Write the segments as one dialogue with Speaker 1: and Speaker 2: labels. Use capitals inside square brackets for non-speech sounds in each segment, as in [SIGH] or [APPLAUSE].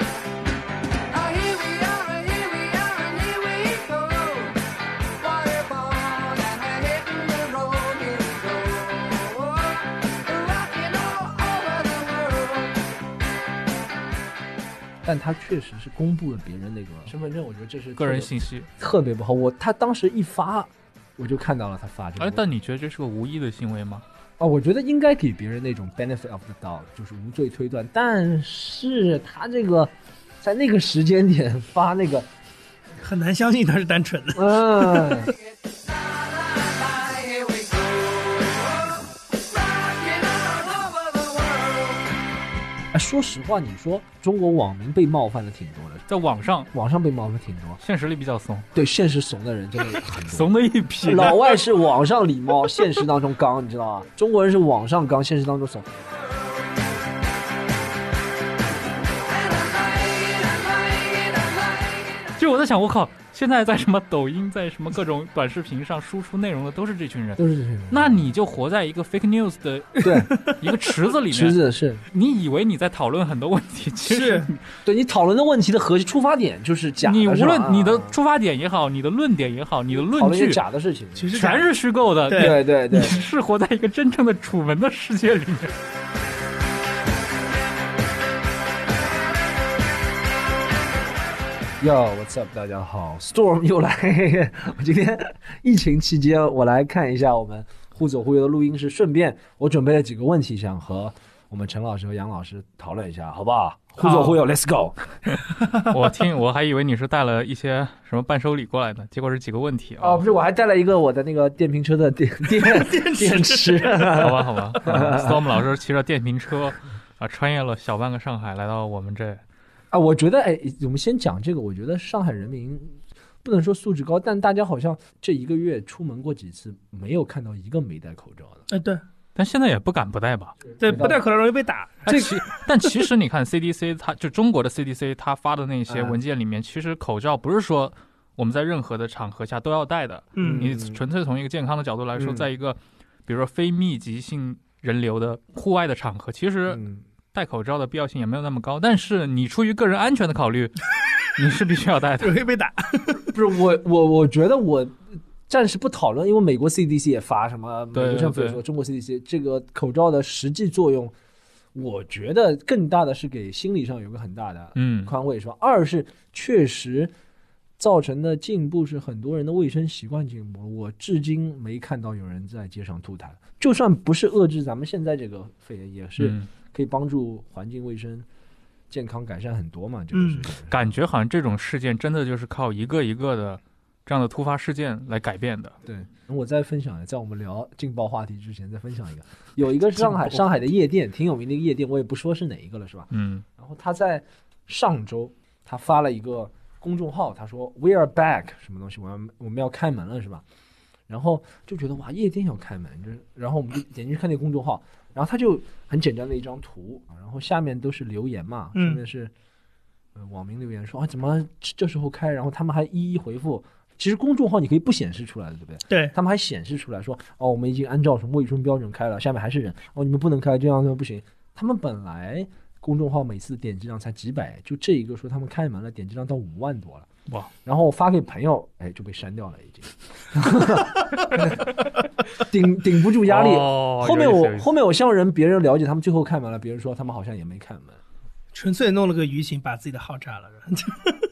Speaker 1: Oh, here we are, oh, here we are, and here we go. Waterborne and we're hitting the road. Here we go. Rocking all over the world.
Speaker 2: 但他确实是公布了别人那个身份证，我觉得这是
Speaker 3: 个人
Speaker 2: 信
Speaker 3: 信息，
Speaker 2: 特别不好。我他当时一发，我就看到了他发这个。
Speaker 3: 哎，但你觉得这是个无意的行为吗？
Speaker 2: 啊，我觉得应该给别人那种 benefit of the doubt，就是无罪推断。但是他这个在那个时间点发那个， [LAUGHS]
Speaker 4: 很难相信他是单纯的。
Speaker 1: ah,
Speaker 2: 嗯，
Speaker 1: Here we go. Rocking all over the world.
Speaker 2: 哎说实话，你说中国网民被冒犯的挺多的，
Speaker 3: 在网上，
Speaker 2: 网上被冒犯挺多，
Speaker 3: 现实里比较怂，
Speaker 2: 对现实怂的人真的很多。
Speaker 3: 怂的一批。
Speaker 2: 老外是网上礼貌， [LAUGHS] 现实当中刚，你知道吗？中国人是网上刚，现实当中怂。
Speaker 1: And I'm lying, I'm lying, I'm lying.
Speaker 3: 就我在想，我靠，现在在什么抖音，在什么各种短视频上输出内容的都是这群人。
Speaker 2: 都是这些人。
Speaker 3: 那你就活在一个 fake news 的
Speaker 2: [LAUGHS] 对
Speaker 3: 一个池子里
Speaker 2: 池
Speaker 3: 面，
Speaker 2: 子是
Speaker 3: 你以为你在讨论很多问题，其实
Speaker 2: 对你讨论的问题的核心出发点就是假的，
Speaker 3: 你无
Speaker 2: 是吧
Speaker 3: 论你的
Speaker 2: 啊
Speaker 3: 出发点也好，你的论点也好，你的
Speaker 2: 讨
Speaker 3: 论
Speaker 2: 论一些
Speaker 3: 据
Speaker 2: 假的事情，
Speaker 4: 其实
Speaker 3: 全是虚构的，
Speaker 4: 对
Speaker 2: 对对 [LAUGHS] 对
Speaker 3: 你，是活在一个真正的楚门的世界里面。
Speaker 2: 哟，What's up？大家好，Storm [LAUGHS] 又来。我今天疫情期间，我来看一下我们互走互游的录音室，顺便我准备了几个问题，想和我们陈老师和杨老师讨论一下，好不好？互走互游，Let's go！ [LAUGHS]
Speaker 3: 我听我还以为你是带了一些什么伴手礼过来呢，结果是几个问题啊。
Speaker 2: 哦，不是，我还带了一个我的那个电瓶车的电 [LAUGHS] 电电池。
Speaker 3: 好吧，好吧。
Speaker 2: [LAUGHS]
Speaker 3: 啊 Storm 老师骑着电瓶车啊，穿越了小半个上海，来到我们这。
Speaker 2: 啊，我觉得哎，我们先讲这个。我觉得上海人民不能说素质高，但大家好像这一个月出门过几次，没有看到一个没戴口罩的。
Speaker 4: 哎，对
Speaker 3: 但现在也不敢不戴吧？
Speaker 4: 对，不戴口罩容易被打。
Speaker 3: 这其但其实你看 CDC，它就中国的 CDC，它发的那些
Speaker 2: 嗯
Speaker 3: 文件里面，其实口罩不是说我们在任何的场合下都要戴的。
Speaker 4: 嗯
Speaker 3: 你纯粹从一个健康的角度来说，
Speaker 2: 嗯
Speaker 3: 在一个比如说非密集性人流的户外的场合，其实
Speaker 2: 嗯，
Speaker 3: 戴口罩的必要性也没有那么高，但是你出于个人安全的考
Speaker 2: [LAUGHS]
Speaker 3: 虑，你是必须要戴的。
Speaker 4: 容易被打，
Speaker 2: 不是我我我觉得我暂时不讨论，因为美国 CDC 也发什么，美
Speaker 3: 对
Speaker 2: 国
Speaker 3: 对
Speaker 2: 政府也
Speaker 3: 对
Speaker 2: 说中国 CDC 这个口罩的实际作用，我觉得更大的是给心理上有个很大的
Speaker 3: 嗯，
Speaker 2: 宽慰，是吧？二是确实造成的进步是很多人的卫生习惯进步，我至今没看到有人在街上吐痰。就算不是遏制咱们现在这个肺炎，也是
Speaker 3: 嗯
Speaker 2: 可以帮助环境卫生健康改善很多嘛。这个是
Speaker 4: 嗯
Speaker 3: 感觉好像这种事件真的就是靠一个一个的这样的突发事件来改变的。
Speaker 2: 对。我再分享一个，在我们聊劲爆话题之前，再分享一个，有一个上海上海的夜店挺有名的一个夜店，我也不说是哪一个了，是吧？
Speaker 3: 嗯，
Speaker 2: 然后他在上周他发了一个公众号，他说 “We are back” 什么东西，我们我们要开门了是吧？然后就觉得哇，夜店要开门，就是然后我们就点进去看那个公众号，然后他就很简单的一张图，然后下面都是留言嘛，
Speaker 4: 嗯
Speaker 2: 上面是、呃网民留言说啊怎么这这时候开，然后他们还一一回复。其实公众号你可以不显示出来的，对不对？
Speaker 4: 对，
Speaker 2: 他们还显示出来说，哦，我们已经按照什么卫生标准开了，下面还是人，哦，你们不能开，这样就不行。他们本来公众号每次点击量才几百，就这一个说他们开门了，点击量到五万多了。
Speaker 3: 哇！
Speaker 2: 然后我发给朋友，哎，就被删掉了，已经。 [LAUGHS] 顶顶不住压力。
Speaker 3: 哦
Speaker 2: 后面
Speaker 3: 有意思
Speaker 2: 我
Speaker 3: 有意思
Speaker 2: 后面我向人别人了解，他们最后开门了，别人说他们好像也没开门。
Speaker 4: 纯粹弄了个舆情，把自己的号炸了。 [LAUGHS]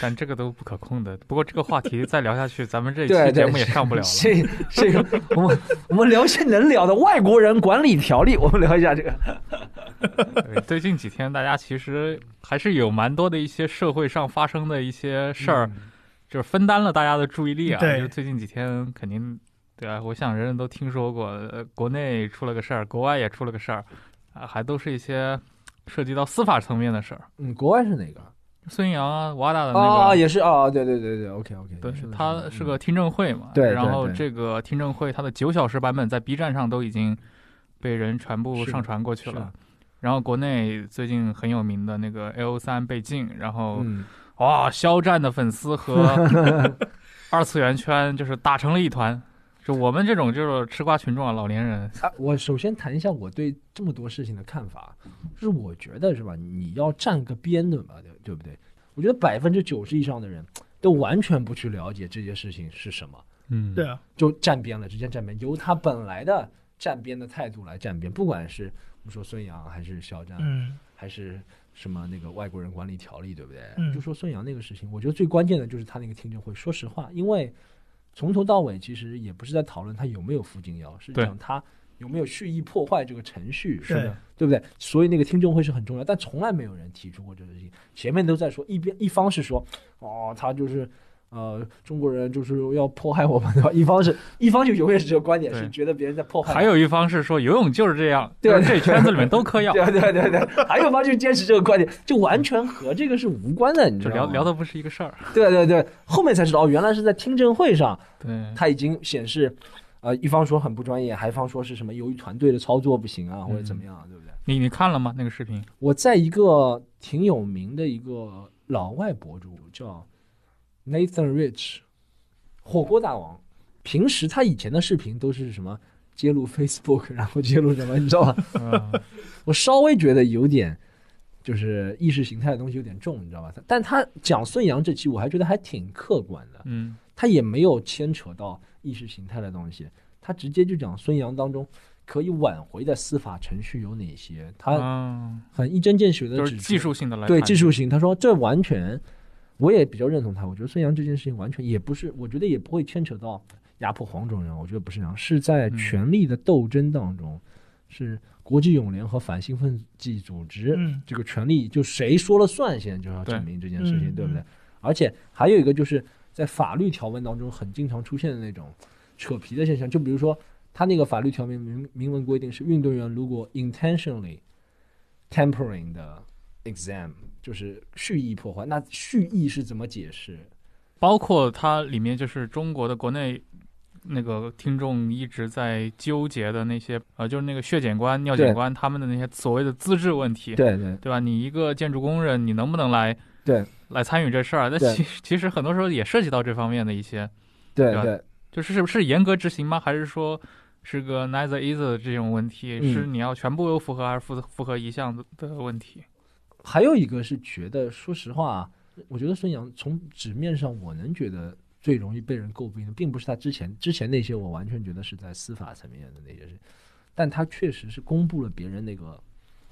Speaker 3: 但这个都不可控的。不过这个话题再聊下去，咱们这一
Speaker 2: [LAUGHS] 对
Speaker 3: 期
Speaker 2: 对
Speaker 3: 节目也上不了了。
Speaker 2: 这这个，我们我们聊一些能聊的外国人管理条例，我们聊一下这个。
Speaker 3: 对最近几天，大家其实还是有蛮多的一些社会上发生的一些事
Speaker 2: 嗯
Speaker 3: 儿，就是分担了大家的注意力啊。
Speaker 4: 对
Speaker 3: 就是最近几天肯定，对啊，我想人人都听说过，呃，国内出了个事儿，国外也出了个事儿，啊，还都是一些涉及到司法层面的事儿。
Speaker 2: 嗯嗯，国外是哪个？
Speaker 3: 孙杨啊、瓦达的那个，
Speaker 2: 啊，也是啊，对对对对，OK OK，
Speaker 3: 对
Speaker 2: 是，的
Speaker 3: 它是
Speaker 2: 的
Speaker 3: 个听证会嘛，
Speaker 2: 对对
Speaker 3: 然后
Speaker 2: 对
Speaker 3: 这个听证会它的九小时版本在 B 站上都已经被人全部
Speaker 2: 是的
Speaker 3: 上传过
Speaker 2: 是
Speaker 3: 去
Speaker 2: 的
Speaker 3: 了。然后国内最近很有名的那个 L 三被禁，然后
Speaker 2: 嗯，
Speaker 3: 哇、哦肖战的粉丝和二次元圈就是打成了一团。就我们这种就是吃瓜群众啊，老年人，
Speaker 2: 啊，我首先谈一下我对这么多事情的看法，啊就是我觉得是吧，你要站个边的嘛，对对不对？我觉得百分之九十以上的人都完全不去了解这些事情是什么，
Speaker 3: 嗯，
Speaker 4: 对，啊，
Speaker 2: 就站边了，直接站边，由他本来的站边的态度来站边，不管是我们说孙杨还是肖战，啊
Speaker 4: 嗯
Speaker 2: 还是什么那个外国人管理条例，对不对？
Speaker 4: 嗯
Speaker 2: 就说孙杨那个事情，我觉得最关键的就是他那个听证会。说实话，因为从头到尾其实也不是在讨论他有没有服禁药，是
Speaker 3: 对
Speaker 2: 讲他有没有蓄意破坏这个程序，
Speaker 4: 是的，
Speaker 2: 对不对？所以那个听证会是很重要，但从来没有人提出过这个事情。前面都在说一边一方是说，哦，他就是。呃，中国人就是要迫害我们，对吧？一方是，一方就永远是这个观点，
Speaker 3: 对
Speaker 2: 是觉得别人在迫害我们。
Speaker 3: 还有一方是说游泳就是这样，
Speaker 2: 对
Speaker 3: 就是这圈子里面都嗑
Speaker 2: [LAUGHS]
Speaker 3: 药，
Speaker 2: 对啊对对对，还有方就坚持这个观点，就完全和这个是无关的，你知
Speaker 3: 就
Speaker 2: 道
Speaker 3: 聊
Speaker 2: 吗
Speaker 3: 聊的不是一个事儿。
Speaker 2: 对啊对对，后面才知道哦，原来是在听证会上，
Speaker 3: 对，
Speaker 2: 他已经显示，呃，一方说很不专业，还一方说是什么由于团队的操作不行啊，
Speaker 3: 嗯
Speaker 2: 或者怎么样啊、对不对？
Speaker 3: 你你看了吗？那个视频？
Speaker 2: [LAUGHS] 我在一个挺有名的一个老外博主叫 Nathan Rich，火锅大王。平时他以前的视频都是什么揭露 Facebook，然后揭露什么，你知道吧？
Speaker 3: 嗯，
Speaker 2: 我稍微觉得有点，就是意识形态的东西有点重，你知道吧？但他讲孙杨这期，我还觉得还挺客观的，
Speaker 3: 嗯
Speaker 2: 他也没有牵扯到意识形态的东西，他直接就讲孙杨当中可以挽回的司法程序有哪些，他
Speaker 3: 嗯，
Speaker 2: 很一针见血的
Speaker 3: 就是技术性的来
Speaker 2: 对
Speaker 3: 看
Speaker 2: 技术型，他说这完全，我也比较认同他。我觉得孙杨这件事情完全也不是，我觉得也不会牵扯到压迫黄种人，我觉得不是这样，是在
Speaker 3: 嗯
Speaker 2: 权力的斗争当中，是国际泳联和反兴奋剂组织、
Speaker 4: 嗯
Speaker 2: 这个权力，就谁说了算，现在就要
Speaker 3: 对
Speaker 2: 证明这件事情，
Speaker 4: 嗯
Speaker 2: 对不对
Speaker 4: 嗯？
Speaker 2: 而且还有一个就是在法律条文当中很经常出现的那种扯皮的现象，就比如说他那个法律条明明明文规定是运动员如果 intentionally tampering 的 exam 就是蓄意破坏，那蓄意是怎么解释？
Speaker 3: 包括它里面就是中国的国内那个听众一直在纠结的那些，呃，就是那个血检官、尿检官他们的那些所谓的资质问题，
Speaker 2: 对对
Speaker 3: 对吧？你一个建筑工人，你能不能来
Speaker 2: 对
Speaker 3: 来参与这事儿？那
Speaker 2: 对
Speaker 3: 其其实很多时候也涉及到这方面的一些，
Speaker 2: 对
Speaker 4: 啊
Speaker 3: 对
Speaker 2: 对
Speaker 3: 就是是不是严格执行吗？还是说？是个 neither is 的这种问题，
Speaker 2: 嗯
Speaker 3: 是你要全部都符合，还是符符合一项的的问题？
Speaker 2: 还有一个是觉得，说实话，啊我觉得孙杨从纸面上我能觉得最容易被人诟病的，并不是他之前之前那些，我完全觉得是在司法层面的那些事，但他确实是公布了别人那个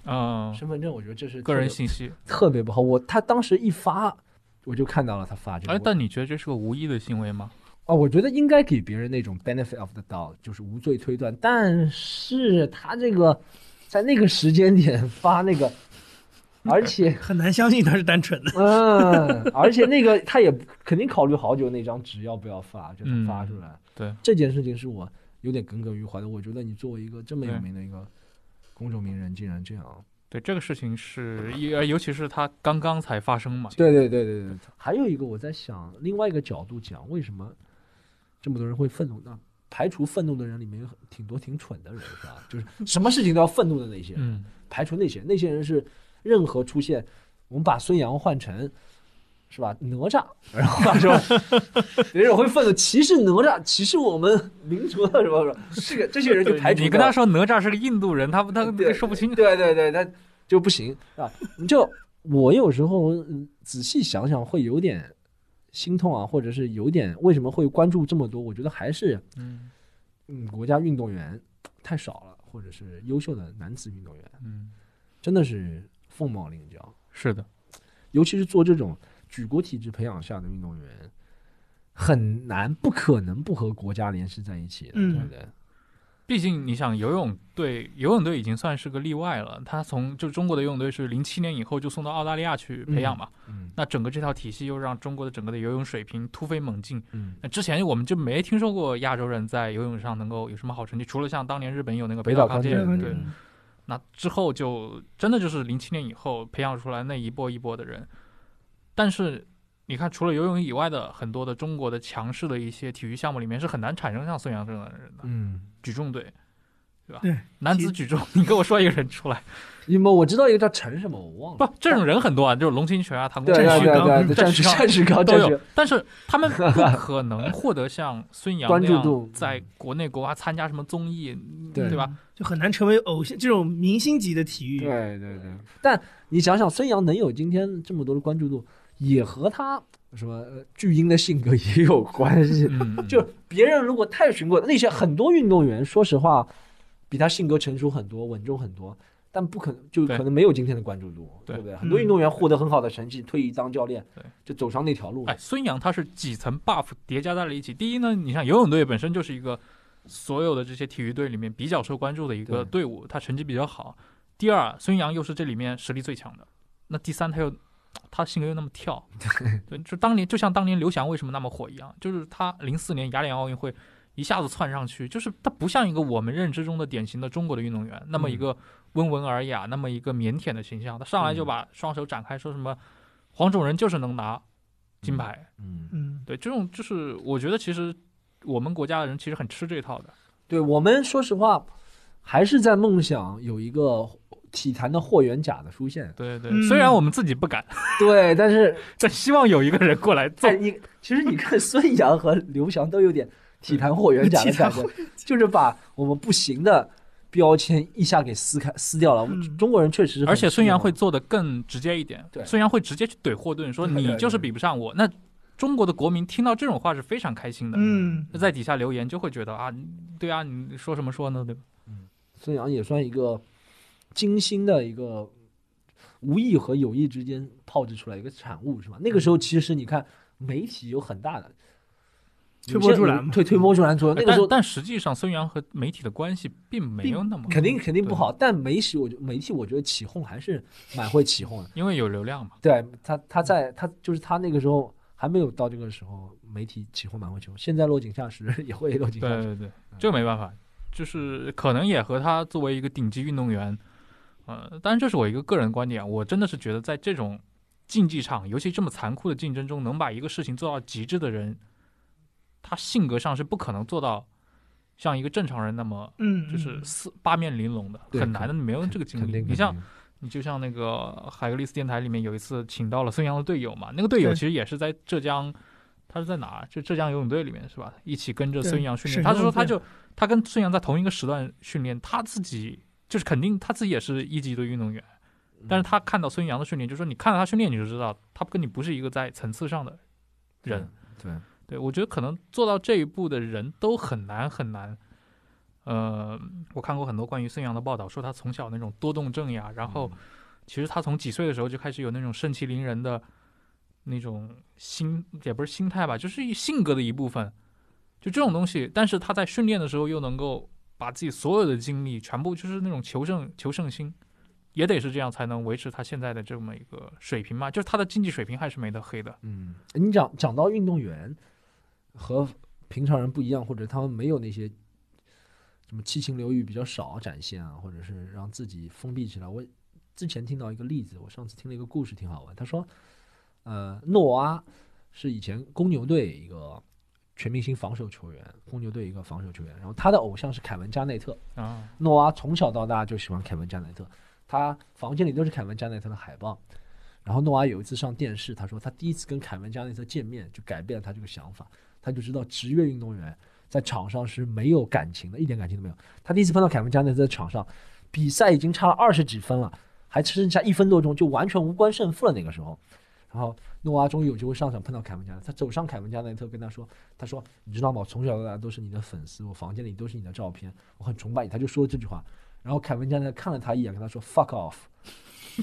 Speaker 3: 嗯，
Speaker 2: 身份证，我觉得这是
Speaker 3: 个人
Speaker 2: 特别
Speaker 3: 信息。
Speaker 2: 特别不好。我他当时一发，我就看到了他发这个。
Speaker 3: 哎，但你觉得这是个无意的行为吗？
Speaker 2: 哦，我觉得应该给别人那种 benefit of the doubt，就是无罪推断。但是他这个在那个时间点发那个，而且
Speaker 4: 嗯很难相信他是单纯的。
Speaker 2: 嗯，而且那个他也肯定考虑好久那张纸要不要发，就他
Speaker 3: 嗯
Speaker 2: 发出来。
Speaker 3: 对，
Speaker 2: 这件事情是我有点耿耿于怀的。我觉得你作为一个这么有
Speaker 3: 对
Speaker 2: 名的一个公众名人，竟然这样。
Speaker 3: 对这个事情是，尤尤其是它刚刚才发生嘛。
Speaker 2: 对对对对对。还有一个我在想，另外一个角度讲，为什么这么多人会愤怒？那排除愤怒的人里面有很挺多挺蠢的人，是吧？就是什么事情都要愤怒的那些人，
Speaker 3: 嗯，
Speaker 2: 排除那些那些人是任何出现，我们把孙杨换成。是吧？哪吒，然
Speaker 3: [LAUGHS]
Speaker 2: 后他说，有人会愤怒，歧视哪吒，歧视我们民族的什么什么，这个这些人就排除
Speaker 3: 你跟
Speaker 2: 掉
Speaker 3: 他说哪吒是个印度人，他他
Speaker 2: 对
Speaker 3: 他说不清。
Speaker 2: 对对对，那就不行啊！你就我有时候嗯仔细想想，会有点心痛啊，或者是有点为什么会关注这么多？我觉得还是
Speaker 3: 嗯
Speaker 2: 嗯，国家运动员太少了，或者是优秀的男子运动员
Speaker 3: 嗯，
Speaker 2: 真的是凤毛麟角，
Speaker 3: 是的，
Speaker 2: 尤其是做这种举国体制培养下的运动员。很难，不可能不和国家联系在一起的，
Speaker 4: 嗯
Speaker 2: 对不对？
Speaker 3: 毕竟你想游泳队，游泳队已经算是个例外了。他从就中国的游泳队是零七年以后就送到澳大利亚去培养嘛，
Speaker 2: 嗯
Speaker 3: 那整个这套体系又让中国的整个的游泳水平突飞猛进。
Speaker 2: 嗯，
Speaker 3: 那之前我们就没听说过亚洲人在游泳上能够有什么好成绩，除了像当年日本有那个
Speaker 2: 北岛
Speaker 3: 岛
Speaker 2: 康
Speaker 3: 健
Speaker 4: [LAUGHS]
Speaker 2: 介，
Speaker 3: 对，那之后就真的就是零七年以后培养出来那一波一波的人，但是你看，除了游泳以外的很多的中国的强势的一些体育项目里面，是很难产生像孙杨这样的人的。
Speaker 2: 嗯，
Speaker 3: 举重队，对吧？
Speaker 4: 对，
Speaker 3: 男
Speaker 4: 其
Speaker 3: 子
Speaker 4: 实
Speaker 3: 举重，你给我说一个人出来，
Speaker 2: 你们我知道一个叫陈什么，我忘
Speaker 3: 不
Speaker 2: 了。，
Speaker 3: 这种人很多啊，就是龙清泉啊、唐
Speaker 2: 对
Speaker 3: 功
Speaker 2: 对
Speaker 3: 战
Speaker 2: 对
Speaker 3: 旭
Speaker 2: 对对，
Speaker 3: 刚、
Speaker 2: 战
Speaker 3: 战旭
Speaker 2: 士
Speaker 3: 刚
Speaker 2: 战士高
Speaker 3: 都
Speaker 2: 战
Speaker 3: 有
Speaker 2: 士，，
Speaker 3: 但是他们不
Speaker 2: [LAUGHS]
Speaker 3: 可能获得像孙杨
Speaker 2: 关
Speaker 3: 那
Speaker 2: 注
Speaker 3: 样
Speaker 2: 度
Speaker 3: 在国内国外参加什么综艺，
Speaker 2: 嗯对
Speaker 3: 对吧？
Speaker 4: 嗯就很难成为偶像这种明星级的
Speaker 3: 嗯
Speaker 4: 体育。
Speaker 2: 对对对。但你想想，孙杨能有今天这么多的关注度，也和他什么呃巨婴的性格也有关系。
Speaker 3: 嗯，
Speaker 2: [LAUGHS] 就别人如果太成功，那些很多运动员，说实话，比他性格成熟很多，稳重很多，但不可能就
Speaker 3: 对
Speaker 2: 可能没有今天的关注度，
Speaker 3: 对嗯
Speaker 2: 对不对？很多运动员获得很好的成绩，退役当教练
Speaker 3: 对，
Speaker 2: 就走上那条路。
Speaker 3: 哎，孙杨他是几层 buff 叠加在了一起。第一呢，你像游泳队本身就是一个所有的这些体育队里面比较受关注的一个队伍，他成绩比较好。第二，孙杨又是这里面实力最强的。那第三，他又他性格又那么跳，对，就当年就像当年刘翔为什么那么火一样，就是他零四年雅典奥运会一下子窜上去，就是他不像一个我们认知中的典型的中国的运动员，那么一个温文尔雅，那么一个腼腆的形象，他上来就
Speaker 2: 嗯
Speaker 3: 把双手展开，说什么黄种人就是能拿金牌，
Speaker 2: 嗯，
Speaker 4: 嗯，
Speaker 3: 对，这种就是我觉得其实我们国家的人其实很吃这套的。
Speaker 2: 对我们说实话，还是在梦想有一个体坛的霍元甲的
Speaker 3: [LAUGHS]
Speaker 2: 出现。
Speaker 3: 对对，
Speaker 4: 嗯
Speaker 3: 虽然我们自己不敢，
Speaker 2: 对，但是
Speaker 3: 但希望有一个人过来做
Speaker 2: 在。哎你其实你看孙杨和刘翔都有点体坛霍元甲的感觉， [LAUGHS] 就是把我们不行的标签一下给撕开撕掉了。
Speaker 4: 嗯
Speaker 2: 中国人确实很
Speaker 3: 而且孙杨会
Speaker 2: 吃
Speaker 3: 做的更直接一点，
Speaker 2: 对
Speaker 3: 孙杨会直接去怼霍顿说
Speaker 2: 对对
Speaker 3: 你
Speaker 2: 对
Speaker 3: 就是比不上我。那中国的国民听到这种话是非常开心的，
Speaker 4: 嗯，
Speaker 3: 在底下留言就会觉得啊，对啊，你说什么说呢，对吧？
Speaker 2: 孙杨也算一个精心的一个无意和有意之间炮制出来一个产物，是吧？
Speaker 3: 嗯
Speaker 2: 那个时候其实你看媒体有很大的
Speaker 4: 推波助澜嘛
Speaker 2: 推推波助澜作用。那个时
Speaker 3: 但
Speaker 2: 候
Speaker 3: 但实际上孙杨和媒体的关系并没有那么
Speaker 2: 肯定肯定不
Speaker 3: 对
Speaker 2: 好，但媒体我觉媒体我觉得起哄还是蛮会起哄的。
Speaker 3: 因为有流量嘛。
Speaker 2: 对他，他在他就是他那个时候还没有到这个时候，媒体起哄蛮会起哄。现在落井下石 [LAUGHS] 也会落井
Speaker 3: 对
Speaker 2: 下石。
Speaker 3: 对对，这个没办法，就是可能也和他作为一个顶级运动员，呃，当然这是我一个个人观点，我真的是觉得在这种竞技场，尤其这么残酷的竞争中，能把一个事情做到极致的人，他性格上是不可能做到像一个正常人那么
Speaker 4: 嗯，
Speaker 3: 就是四八面玲珑的，
Speaker 2: 对
Speaker 3: 很难的，没有这个经
Speaker 2: 肯
Speaker 3: 历。
Speaker 2: 定，
Speaker 3: 你像你就像那个海格力斯电台里面有一次请到了孙杨的队友嘛，那个队友
Speaker 4: 对
Speaker 3: 其实也是在浙江，他是在哪儿？就浙江游泳队里面是吧？一起跟着
Speaker 4: 对
Speaker 3: 孙杨训
Speaker 4: 沈
Speaker 3: 练。他是说
Speaker 4: 梦
Speaker 3: 他
Speaker 4: 对
Speaker 3: 就他跟孙杨在同一个时段训练，他自己就是肯定他自己也是一级的运动员，
Speaker 4: 嗯
Speaker 3: 但是
Speaker 2: 嗯
Speaker 3: 他看到孙杨的训练，就说你看到他训练你就知道他跟你不是一个在层次上的人。
Speaker 2: 对
Speaker 3: 对我觉得可能做到这一步的人都很难很难。呃，我看过很多关于孙杨的报道，说他从小那种多动症呀，然后其实他从几岁的时候就开始有那种盛气凌人的那种心，也不是心态吧，就是一性格的一部分。就这种东西，但是他在训练的时候又能够把自己所有的精力全部就是那种求胜求胜心，也得是这样才能维持他现在的这么一个水平嘛。就是他的竞技水平还是没得黑的。
Speaker 2: 嗯，你讲讲到运动员和平常人不一样，或者他们没有那些什么七情六欲比较少展现啊，或者是让自己封闭起来。我之前听到一个例子，我上次听了一个故事，挺好玩。他说，呃，诺阿是以前公牛队一个全明星防守球员，公牛队一个防守球员，然后他的偶像是凯文加内特。
Speaker 3: 啊，
Speaker 2: 诺阿从小到大就喜欢凯文·加内特，他房间里都是凯文·加内特的海报。然后诺阿有一次上电视，他说他第一次跟凯文·加内特见面，就改变了他这个想法。他就知道职业运动员在场上是没有感情的，一点感情都没有。他第一次碰到凯文·加内特在场上，比赛已经差了二十几分了，还剩下一分多钟，就完全无关胜负了。那个时候，然后诺阿终于有机会上场碰到凯文·加内特，他走上凯文·加内特跟他说：“他说你知道吗？我从小到大都是你的粉丝，我房间里都是你的照片。”我很崇拜你。他就说这句话，然后凯文加内特看了他一眼，跟他说 “fuck
Speaker 3: [LAUGHS]
Speaker 2: off”。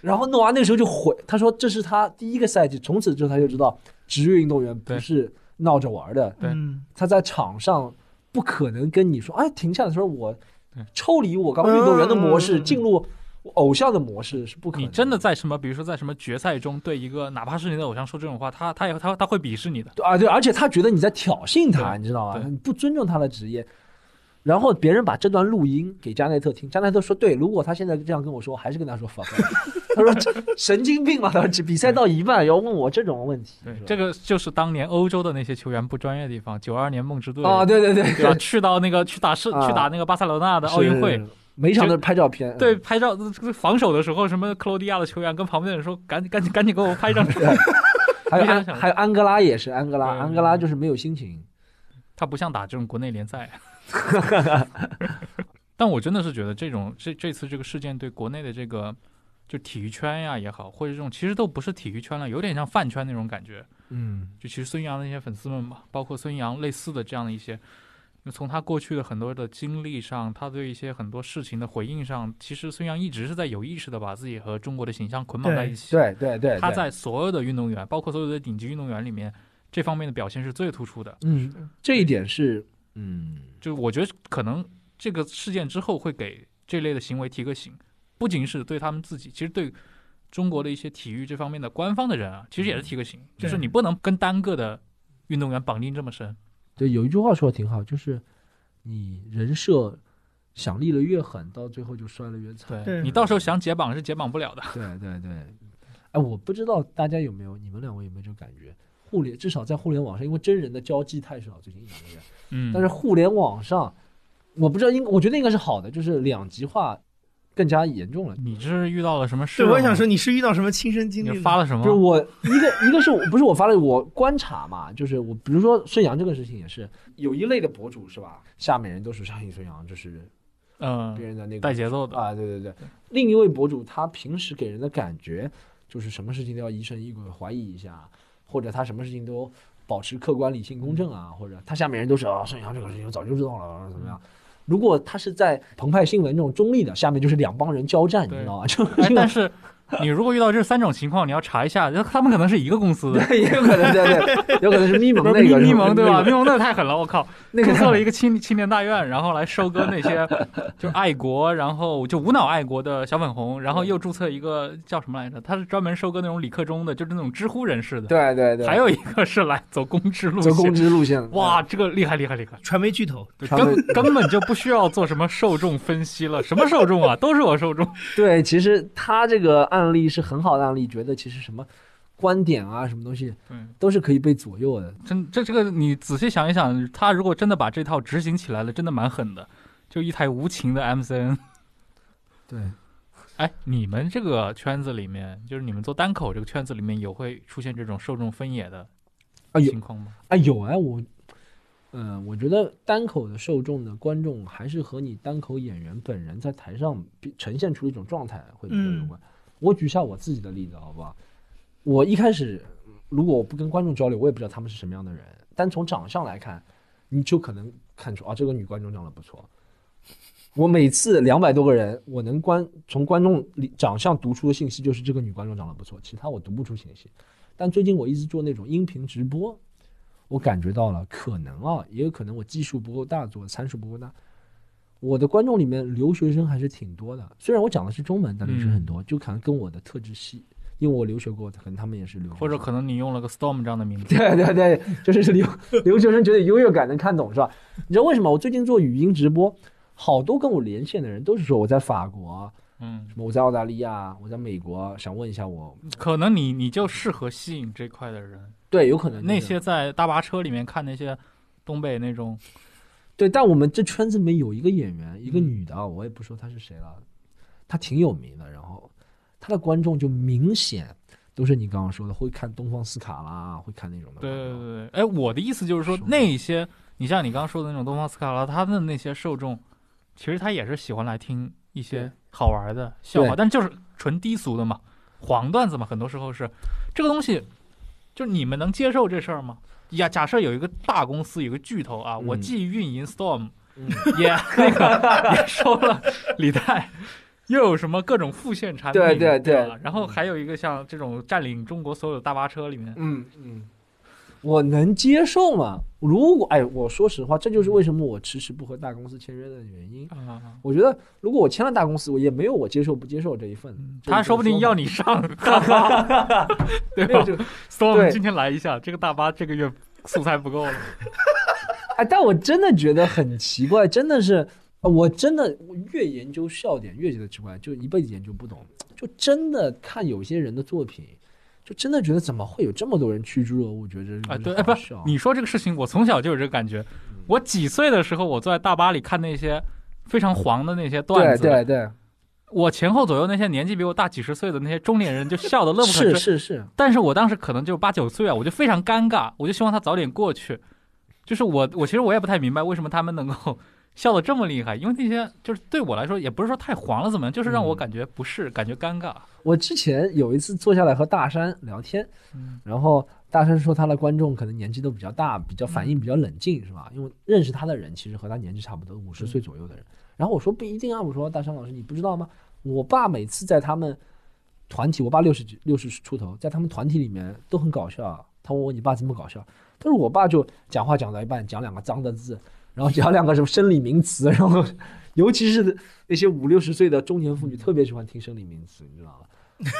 Speaker 2: 然后诺娃那时候就悔，他说这是他第一个赛季，从此之后他就知道职业运动员不
Speaker 3: 对
Speaker 2: 是闹着玩儿的，
Speaker 3: 对
Speaker 4: 嗯，
Speaker 2: 他在场上不可能跟你说，哎，停下来说我
Speaker 3: 对
Speaker 2: 抽离我刚刚运动员的
Speaker 4: 嗯
Speaker 2: 模
Speaker 4: 嗯
Speaker 2: 式，
Speaker 4: 嗯嗯
Speaker 2: 进入偶像的模式是不可能。
Speaker 3: 你真的在什么，比如说在什么决赛中对一个哪怕是你的偶像说这种话，他他也他他会鄙视你的。
Speaker 2: 对啊，对，而且他觉得你在挑衅他，
Speaker 3: 对
Speaker 2: 你知道吗？
Speaker 3: 对
Speaker 2: 你不尊重他的职业。然后别人把这段录音给加内特听，加内特说：“对，如果他现在这样跟我说，我还是跟他说 fuck off。” [LAUGHS] 他说这神经病吧，他说这比赛到一半要问我这种问题，
Speaker 3: 对
Speaker 2: 是，吧
Speaker 3: 这个就是当年欧洲的那些球员不专业的地方。九二年梦之队
Speaker 2: 啊，对 [LAUGHS] 对对
Speaker 3: 对吧？去到那个去打世
Speaker 2: 啊
Speaker 3: 去打那个巴塞罗那的奥运会，
Speaker 2: 是，嗯每场都是拍照片，嗯
Speaker 3: 对，拍照这个防守的时候，什么克罗地亚的球员跟旁边的人说：“赶 [LAUGHS] 紧赶紧赶紧给我拍一
Speaker 2: [LAUGHS]
Speaker 3: 张照。
Speaker 2: 还有
Speaker 3: 非常
Speaker 2: 安
Speaker 3: 想
Speaker 2: 还有安哥拉也是安哥拉，
Speaker 3: 对嗯
Speaker 2: 安哥拉就是没有心情，”
Speaker 3: 他不像打这种国内联
Speaker 2: [LAUGHS]
Speaker 3: 赛。但我真的是觉得这种这这次这个事件对国内的这个就体育圈呀、也好，或者这种其实都不是体育圈了，有点像饭圈那种感觉。
Speaker 2: 嗯
Speaker 3: 就其实孙杨的那些粉丝们吧，包括孙杨类似的这样的一些，那从他过去的很多的经历上，他对一些很多事情的回应上，其实孙杨一直是在有意识的把自己和中国的形象捆绑在一起。
Speaker 2: 对对对，
Speaker 3: 他
Speaker 2: 对
Speaker 3: 在所有的运动员，包括所有的顶级运动员里面，这方面的表现是最突出的。
Speaker 2: 嗯，这一点是嗯
Speaker 3: 就我觉得可能这个事件之后会给这类的行为提个醒，不仅是对他们自己，其实对中国的一些体育这方面的官方的人啊，其实也是
Speaker 2: 嗯
Speaker 3: 提个醒，就是
Speaker 4: 对
Speaker 3: 你不能跟单个的运动员绑定这么深。
Speaker 2: 对，有一句话说的挺好，就是你人设想立的越狠，到最后就摔得越惨。 [LAUGHS]
Speaker 3: 对
Speaker 4: 对
Speaker 3: 你到时候想解绑是解绑不了的。
Speaker 2: 对对对，哎，我不知道大家有没有，你们两位有没有这种感觉？互联至少在互联网上，因为真人的交际太少，最近一两个月。
Speaker 3: 嗯，
Speaker 2: 但是互联网上，我不知道应，我觉得应该是好的，就是两极化更加严重了。
Speaker 3: 你这是遇到了什么事
Speaker 4: 对，
Speaker 3: 吗？
Speaker 4: 我也想说你是遇到什么亲身经
Speaker 3: 你
Speaker 4: 历
Speaker 3: 发
Speaker 4: 了？
Speaker 3: 了什么
Speaker 2: 就是？我一个一个是我不是我发了我观察嘛，就是我比如说孙杨这个事情也是有一类的博主是吧，下面人都是上瘾孙杨，就是
Speaker 3: 嗯
Speaker 2: 别，人的那个
Speaker 3: 带节奏的，
Speaker 2: 啊，对对对。另一位博主他平时给人的感觉就是什么事情都要疑神疑鬼，怀疑一下，或者他什么事情都保持客观、理性、公正啊，或者他下面人都是啊，孙杨这个事情我早就知道了，啊怎么样？
Speaker 3: 嗯
Speaker 2: 如果他是在澎湃新闻这种中立的，下面就是两帮人交战，你
Speaker 3: 对
Speaker 2: 知道吗？ [LAUGHS] 就
Speaker 3: 哎，
Speaker 2: 因为
Speaker 3: 但是你如果遇到这三种情况，你要查一下，他们可能是一个公司的，
Speaker 2: 对，也有可能，对对，有可能是咪蒙
Speaker 3: 不是
Speaker 2: 那
Speaker 3: 密
Speaker 2: 个
Speaker 3: 密盟对吧？密
Speaker 2: 那个
Speaker 3: 盟那太狠了，我靠！
Speaker 2: 那
Speaker 3: 注册了
Speaker 2: 个
Speaker 3: 一个青青年大院，然后来收割那
Speaker 2: [LAUGHS]
Speaker 3: 些就爱国，然后就无脑爱国的小粉红，然后又注册一个叫什么来着？他是专门收割那种理科中的，就是那种知乎人士的。
Speaker 2: 对对对，
Speaker 3: 还有一个是来走公知路
Speaker 2: 走公
Speaker 3: 线，
Speaker 2: 知路线，
Speaker 3: 哇，这个厉害厉害厉害！
Speaker 4: 传媒巨头，
Speaker 3: 对
Speaker 2: 传媒
Speaker 3: 根根本就不需要做什么受众分析了，什么受众啊，都是我受众。
Speaker 2: 对，其实他这个案例是很好的案例，觉得其实什么观点啊，什么东西
Speaker 3: 嗯，
Speaker 2: 都是可以被左右的。
Speaker 3: [LAUGHS] 真这这个你仔细想一想，他如果真的把这套执行起来了，真的蛮狠的，就一台无情的 MCN。
Speaker 2: 对，
Speaker 3: 哎，你们这个圈子里面，就是你们做单口这个圈子里面，有会出现这种受众分野的
Speaker 2: 啊有
Speaker 3: 情况吗？
Speaker 2: 啊有哎，我，呃，我觉得单口的受众的观众还是和你单口演员本人在台上比呈现出一种状态会比较有关。我举一下我自己的例子，好不好？我一开始如果我不跟观众交流，我也不知道他们是什么样的人。单从长相来看，你就可能看出啊，这个女观众长得不错。我每次两百多个人，我能观从观众里长相读出的信息就是这个女观众长得不错，其他我读不出信息。但最近我一直做那种音频直播，我感觉到了，可能啊，也有可能我基数不够大，做参数不够大。我的观众里面留学生还是挺多的，虽然我讲的是中文，但留学生
Speaker 3: 嗯
Speaker 2: 很多，就可能跟我的特质系，因为我留学过，可能他们也是留学生，
Speaker 3: 或者可能你用了个 Storm 这样的名字，
Speaker 2: 对对对，就是留 [LAUGHS] 留学生觉得优越感能看懂是吧？你知道为什么我最近做语音直播，好多跟我连线的人都是说我在法国，啊
Speaker 3: 嗯，
Speaker 2: 什么我在澳大利亚，我在美国，想问一下我，
Speaker 3: 可能你你就适合吸引这块的人，
Speaker 2: 对，有可能
Speaker 3: 那
Speaker 2: 就是
Speaker 3: 些在大巴车里面看那些东北那种，
Speaker 2: 对，但我们这圈子里面有一个演
Speaker 3: 嗯
Speaker 2: 员，一个女的啊，我也不说她是谁了，她挺有名的，然后她的观众就明显都是你刚刚说的会看东方斯卡啦，会看那种的
Speaker 3: 对
Speaker 2: 观
Speaker 3: 对
Speaker 2: 众，
Speaker 3: 对对，哎，我的意思就是说
Speaker 2: 受，众
Speaker 3: 那些你像你刚刚说的那种东方斯卡拉，他的那些受众，其实他也是喜欢来听一
Speaker 2: 对
Speaker 3: 些好玩的笑话，
Speaker 2: 对
Speaker 3: 但就是纯低俗的嘛，黄段子嘛，很多时候是这个东西，就是你们能接受这事儿吗？呀，假设有一个大公司，有个巨头啊，我
Speaker 2: 嗯
Speaker 3: 既运营 Storm，、
Speaker 2: 嗯
Speaker 3: 也 [LAUGHS] 那个也收了李诞。 [LAUGHS] 又有什么各种副线产品？
Speaker 2: 对
Speaker 3: 对
Speaker 2: 对对
Speaker 3: 吧，然后还有一个像这种占领中国所有的大巴车里面，
Speaker 2: 嗯嗯，我能接受吗？如果哎，我说实话，这就是为什么我迟迟不和大公司签约的原因。
Speaker 3: 啊，
Speaker 2: 我觉得如果我签了大公司，我也没有我接受不接受这一份。
Speaker 3: 嗯 [LAUGHS]
Speaker 2: 这
Speaker 3: 他
Speaker 2: 一份
Speaker 3: 说不定要
Speaker 2: 法
Speaker 3: 你上，
Speaker 2: [LAUGHS]
Speaker 3: 对
Speaker 2: 没有
Speaker 3: 吧
Speaker 2: 这个
Speaker 3: ？Storm
Speaker 2: 对嗯
Speaker 3: 今天来一下，这个大巴这个月素材不够了。
Speaker 2: 哎，但我真的觉得很奇怪，真的是，呃我真的我越研究笑点越觉得奇怪，就一辈子研究不懂，就就真的看有些人的作品，就真的觉得怎么会有这么多人趋之若鹜，觉得这
Speaker 3: 啊，
Speaker 2: 个
Speaker 3: 对，
Speaker 2: 人
Speaker 3: 哎，不
Speaker 2: 好
Speaker 3: 是
Speaker 2: 笑，
Speaker 3: 你说这个事情，我从小就有这个感觉。
Speaker 2: 嗯
Speaker 3: 我几岁的时候，我坐在大巴里看那些非常黄的那些段
Speaker 2: 对
Speaker 3: 子，
Speaker 2: 对对，
Speaker 3: 我前后左右那些年纪比我大几十岁的那些中年人就笑得乐不可
Speaker 2: 是
Speaker 3: 支。
Speaker 2: 是是，
Speaker 3: 但是我当时可能就八九岁啊，我就非常尴尬，我就希望他早点过去。就是我，我其实我也不太明白为什么他们能够 [LAUGHS] 笑得这么厉害，因为那些就是对我来说也不是说太黄了怎么样，就是让我
Speaker 2: 嗯
Speaker 3: 感觉不适，感觉尴尬。
Speaker 2: 我之前有一次坐下来和大山聊天，
Speaker 3: 嗯
Speaker 2: 然后大山说他的观众可能年纪都比较大，比较反应比较冷静，是吧？因为认识他的人其实和他年纪差不多，五十岁左右的人。然后我说不一定啊，我说大山老师你不知道吗？我爸每次在他们团体，我爸六十几六十出头，在他们团体里面都很搞笑啊。他问我你爸怎么搞笑，但是我爸就讲话讲到一半，讲两个脏的字，然后讲两个什么生理名词，然后 [LAUGHS] 尤其是那些五六十岁的中年妇女特别喜欢听生理名词，你知道吧？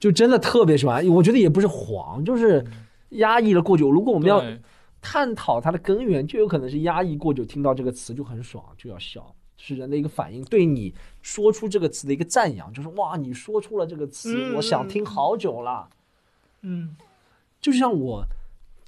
Speaker 2: 就真的特别喜欢，我觉得也不是黄，就是压抑了过久。如果我们要
Speaker 3: 对
Speaker 2: 探讨它的根源，就有可能是压抑过久，听到这个词就很爽，就要笑，是人的一个反应，对你说出这个词的一个赞扬，就是哇，你说出了这个词，
Speaker 4: 嗯
Speaker 2: 我想听好久了。
Speaker 4: 嗯
Speaker 2: 就像我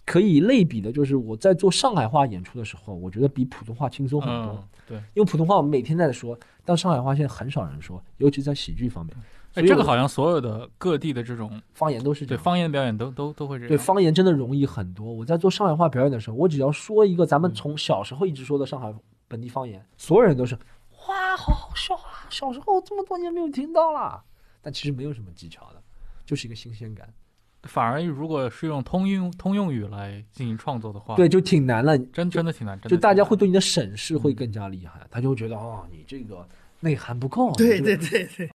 Speaker 2: 可以类比的，就是我在做上海话演出的时候，我觉得比普通话轻松很多，
Speaker 3: 嗯，对，
Speaker 2: 因为普通话我们每天在说，但上海话现在很少人说，尤其在喜剧方面，
Speaker 3: 哎，
Speaker 2: 所以
Speaker 3: 这个
Speaker 2: 我
Speaker 3: 好像所有的各地的这种
Speaker 2: 方言都是这
Speaker 3: 对
Speaker 2: 样。
Speaker 3: 方言表演都都都会这样。
Speaker 2: 对方言真的容易很多。我在做上海话表演的时候，我只要说一个咱们从小时候一直说的上海本地方言，所有人都是哇，好好笑啊！小时候这么多年没有听到啦。但其实没有什么技巧的，就是一个新鲜感。
Speaker 3: 反而如果是用通用通用语来进行创作的话，
Speaker 2: 对，就挺难了。
Speaker 3: 真真的挺难，真的嗯
Speaker 2: 就
Speaker 3: 挺
Speaker 2: 大家
Speaker 3: 难
Speaker 2: 会对你的审视会更加厉害，他就会觉得哦，你这个内涵不够。啊
Speaker 4: 对
Speaker 2: 你
Speaker 4: 对
Speaker 2: 这个
Speaker 4: 对对，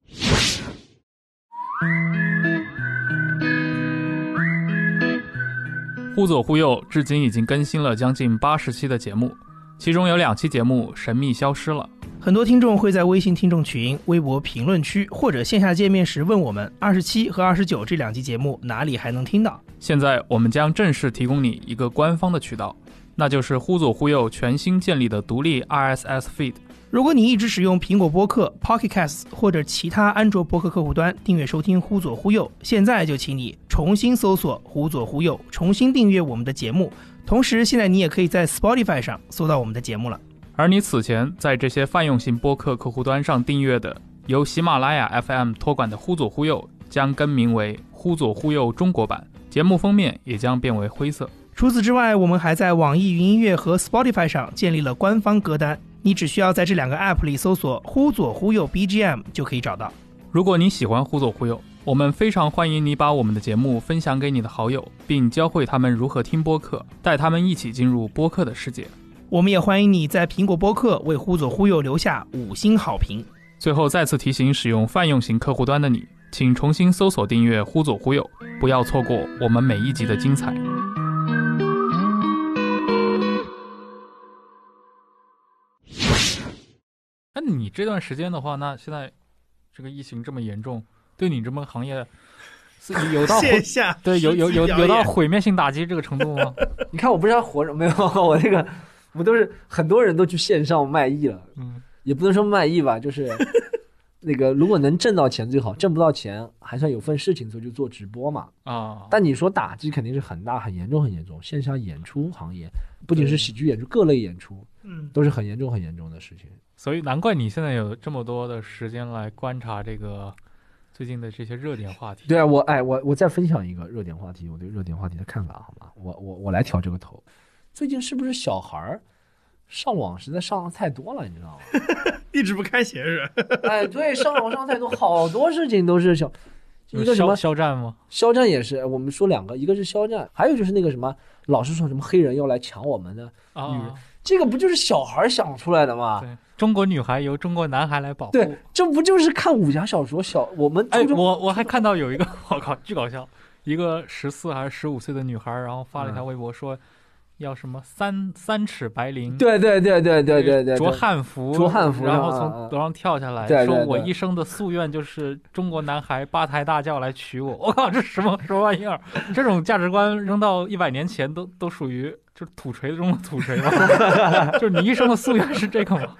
Speaker 3: 忽左忽右，至今已经更新了将近八十期的节目，其中有两期节目神秘消失了。
Speaker 4: 很多听众会在微信听众群、微博评论区或者线下见面时问我们，二十七和二十九这两期节目哪里还能听到？
Speaker 3: 现在我们将正式提供你一个官方的渠道，那就是忽左忽右全新建立的独立 RSS feed。
Speaker 4: 如果你一直使用苹果播客、Pocket Casts 或者其他安卓播客客户端订阅收听《忽左忽右》，现在就请你重新搜索“忽左忽右”，重新订阅我们的节目。同时，现在你也可以在 Spotify 上搜到我们的节目了。
Speaker 3: 而你此前在这些泛用型播客客户端上订阅的由喜马拉雅 FM 托管的《忽左忽右》将更名为《忽左忽右中国版》，节目封面也将变为灰色。
Speaker 4: 除此之外，我们还在网易云音乐和 Spotify 上建立了官方歌单，你只需要在这两个 App 里搜索“忽左忽右 BGM” 就可以找到。
Speaker 3: 如果你喜欢《忽左忽右》，我们非常欢迎你把我们的节目分享给你的好友，并教会他们如何听播客，带他们一起进入播客的世界。
Speaker 4: 我们也欢迎你在苹果播客为“忽左忽右”留下五星好评。
Speaker 3: 最后，再次提醒使用泛用型客户端的你，请重新搜索订阅《忽左忽右》，不要错过我们每一集的精彩。那哎你这段时间的话，那现在这个疫情这么严重，对你这么行业是有
Speaker 4: [LAUGHS]
Speaker 3: 到会
Speaker 4: 下
Speaker 3: 对，有有有有到毁灭性打击这个程 [LAUGHS] 度吗？
Speaker 2: 你看我不是还活着没有？我这个我都是很多人都去线上卖艺了，
Speaker 3: 嗯，
Speaker 2: 也不能说卖艺吧，就是
Speaker 4: [LAUGHS]
Speaker 2: 那个如果能挣到钱最好，挣不到钱还算有份事情做就做直播嘛。
Speaker 3: 啊，
Speaker 2: 但你说打击肯定是很大、很严重、很严重。线下演出行业不仅是喜剧演出，各类演出
Speaker 4: 嗯，
Speaker 2: 都是很严重、很严重的事情。
Speaker 3: 所以难怪你现在有这么多的时间来观察这个最近的这些热点话题。
Speaker 2: 对啊，我哎，我我再分享一个热点话题，我对热点话题的看法好吗？我我我来挑这个头。最近是不是小孩儿上网实在上的太多了，你
Speaker 3: [LAUGHS]
Speaker 2: 知道吗？
Speaker 4: 一直不开鞋是吧？
Speaker 2: 哎，对，上网上太多，好多事情都是小
Speaker 3: 有
Speaker 2: 一个什
Speaker 3: 肖
Speaker 2: 么
Speaker 3: 肖战吗？
Speaker 2: 肖战也是，我们说两个，一个是肖战，还有就是那个什么，老是说什么黑人要来抢我们的，女人
Speaker 3: 啊，
Speaker 2: 这个不就是小孩儿想出来的吗？
Speaker 3: 对，啊中国女孩由中国男孩来保护。
Speaker 2: 对，这不就是看武侠小说小我们
Speaker 3: 哎
Speaker 2: 初，中、
Speaker 3: 我我还看到有 [LAUGHS] 一个，我靠，巨搞笑，一个十四还是十五岁的女孩，然后发了一条微博说。要什么三三尺白绫，
Speaker 2: 对对对对对对对，
Speaker 3: 着
Speaker 2: 对
Speaker 3: 汉服，
Speaker 2: 着汉服
Speaker 3: 然后
Speaker 2: 啊啊
Speaker 3: 从
Speaker 2: 啊
Speaker 3: 楼上跳下来，
Speaker 2: 对对
Speaker 3: 说我
Speaker 2: 对
Speaker 3: 一生的夙愿就是中国男孩八抬大轿来娶我。我靠，这什么什么玩意儿？这种价值观扔到一百年前都都属于就是土锤中的土锤吧？
Speaker 2: [LAUGHS]
Speaker 3: 就是你一生的夙愿是这个吗？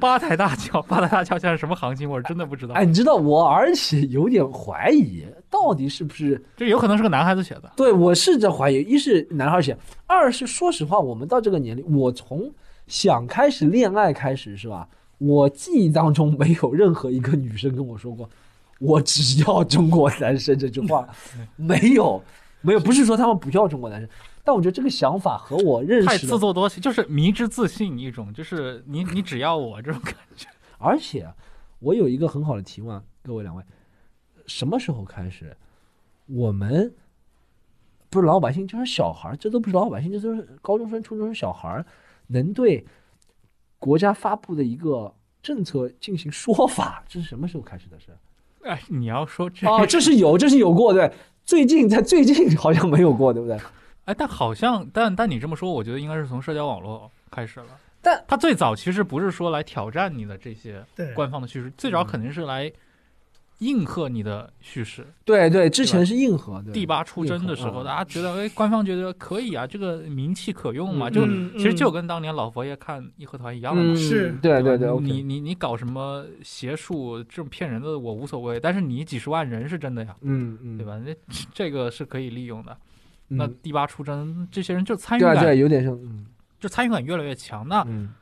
Speaker 3: 八抬大轿，八抬大轿现在什么行情？我是真的不知道。
Speaker 2: 哎，你知道我，而且有点怀疑，到底是不是
Speaker 3: 这有可能是个男孩子写的。
Speaker 2: 对我是在怀疑，一是男孩写，二是说实话，我们到这个年龄，我从想开始恋爱开始是吧？我记忆当中没有任何一个女生跟我说过“我只要中国男生”这句话，没有，没有，不是说他们不要中国男生，但我觉得这个想法和我认
Speaker 3: 太
Speaker 2: 识的
Speaker 3: 自作多情，就是迷之自信一种，就是你你只要我这种感觉。
Speaker 2: 而且，我有一个很好的提问，各位两位，什么时候开始，我们不是老百姓，就是小孩儿，这都不是老百姓，这都是高中生、初中生小孩儿，能对国家发布的一个政策进行说法，这是什么时候开始的事？
Speaker 3: 哎，你要说这
Speaker 2: 哦，这是有，这是有过，对，最近在最近好像没有过，对不对？
Speaker 3: 哎，但好像，但但你这么说，我觉得应该是从社交网络开始了。
Speaker 2: 但
Speaker 3: 它最早其实不是说来挑战你的这些
Speaker 4: 对
Speaker 3: 官方的叙事，最
Speaker 2: 嗯
Speaker 3: 早肯定是来应和你的叙事。
Speaker 2: 对对，之前是硬核，对嗯
Speaker 3: 第八出征的时候，大家
Speaker 2: 的，
Speaker 3: 觉得哎，官方觉得可以啊，这个名气可用嘛，
Speaker 2: 嗯
Speaker 3: 就
Speaker 4: 嗯
Speaker 3: 其实就跟当年老佛爷看义和团一样的嘛。
Speaker 2: 嗯，
Speaker 4: 是
Speaker 2: 对对
Speaker 3: 吧
Speaker 2: 对，OK，
Speaker 3: 你你你搞什么邪术这种骗人的我无所谓，但是你几十万人是真的呀，
Speaker 2: 嗯嗯，
Speaker 3: 对？吧？那 [LAUGHS] 这个是可以利用的。那
Speaker 2: 嗯，
Speaker 3: 第八出征这些人就参与
Speaker 2: 对
Speaker 3: 感
Speaker 2: 对，有点像，嗯
Speaker 3: 就参与感越来越强。那
Speaker 2: 嗯。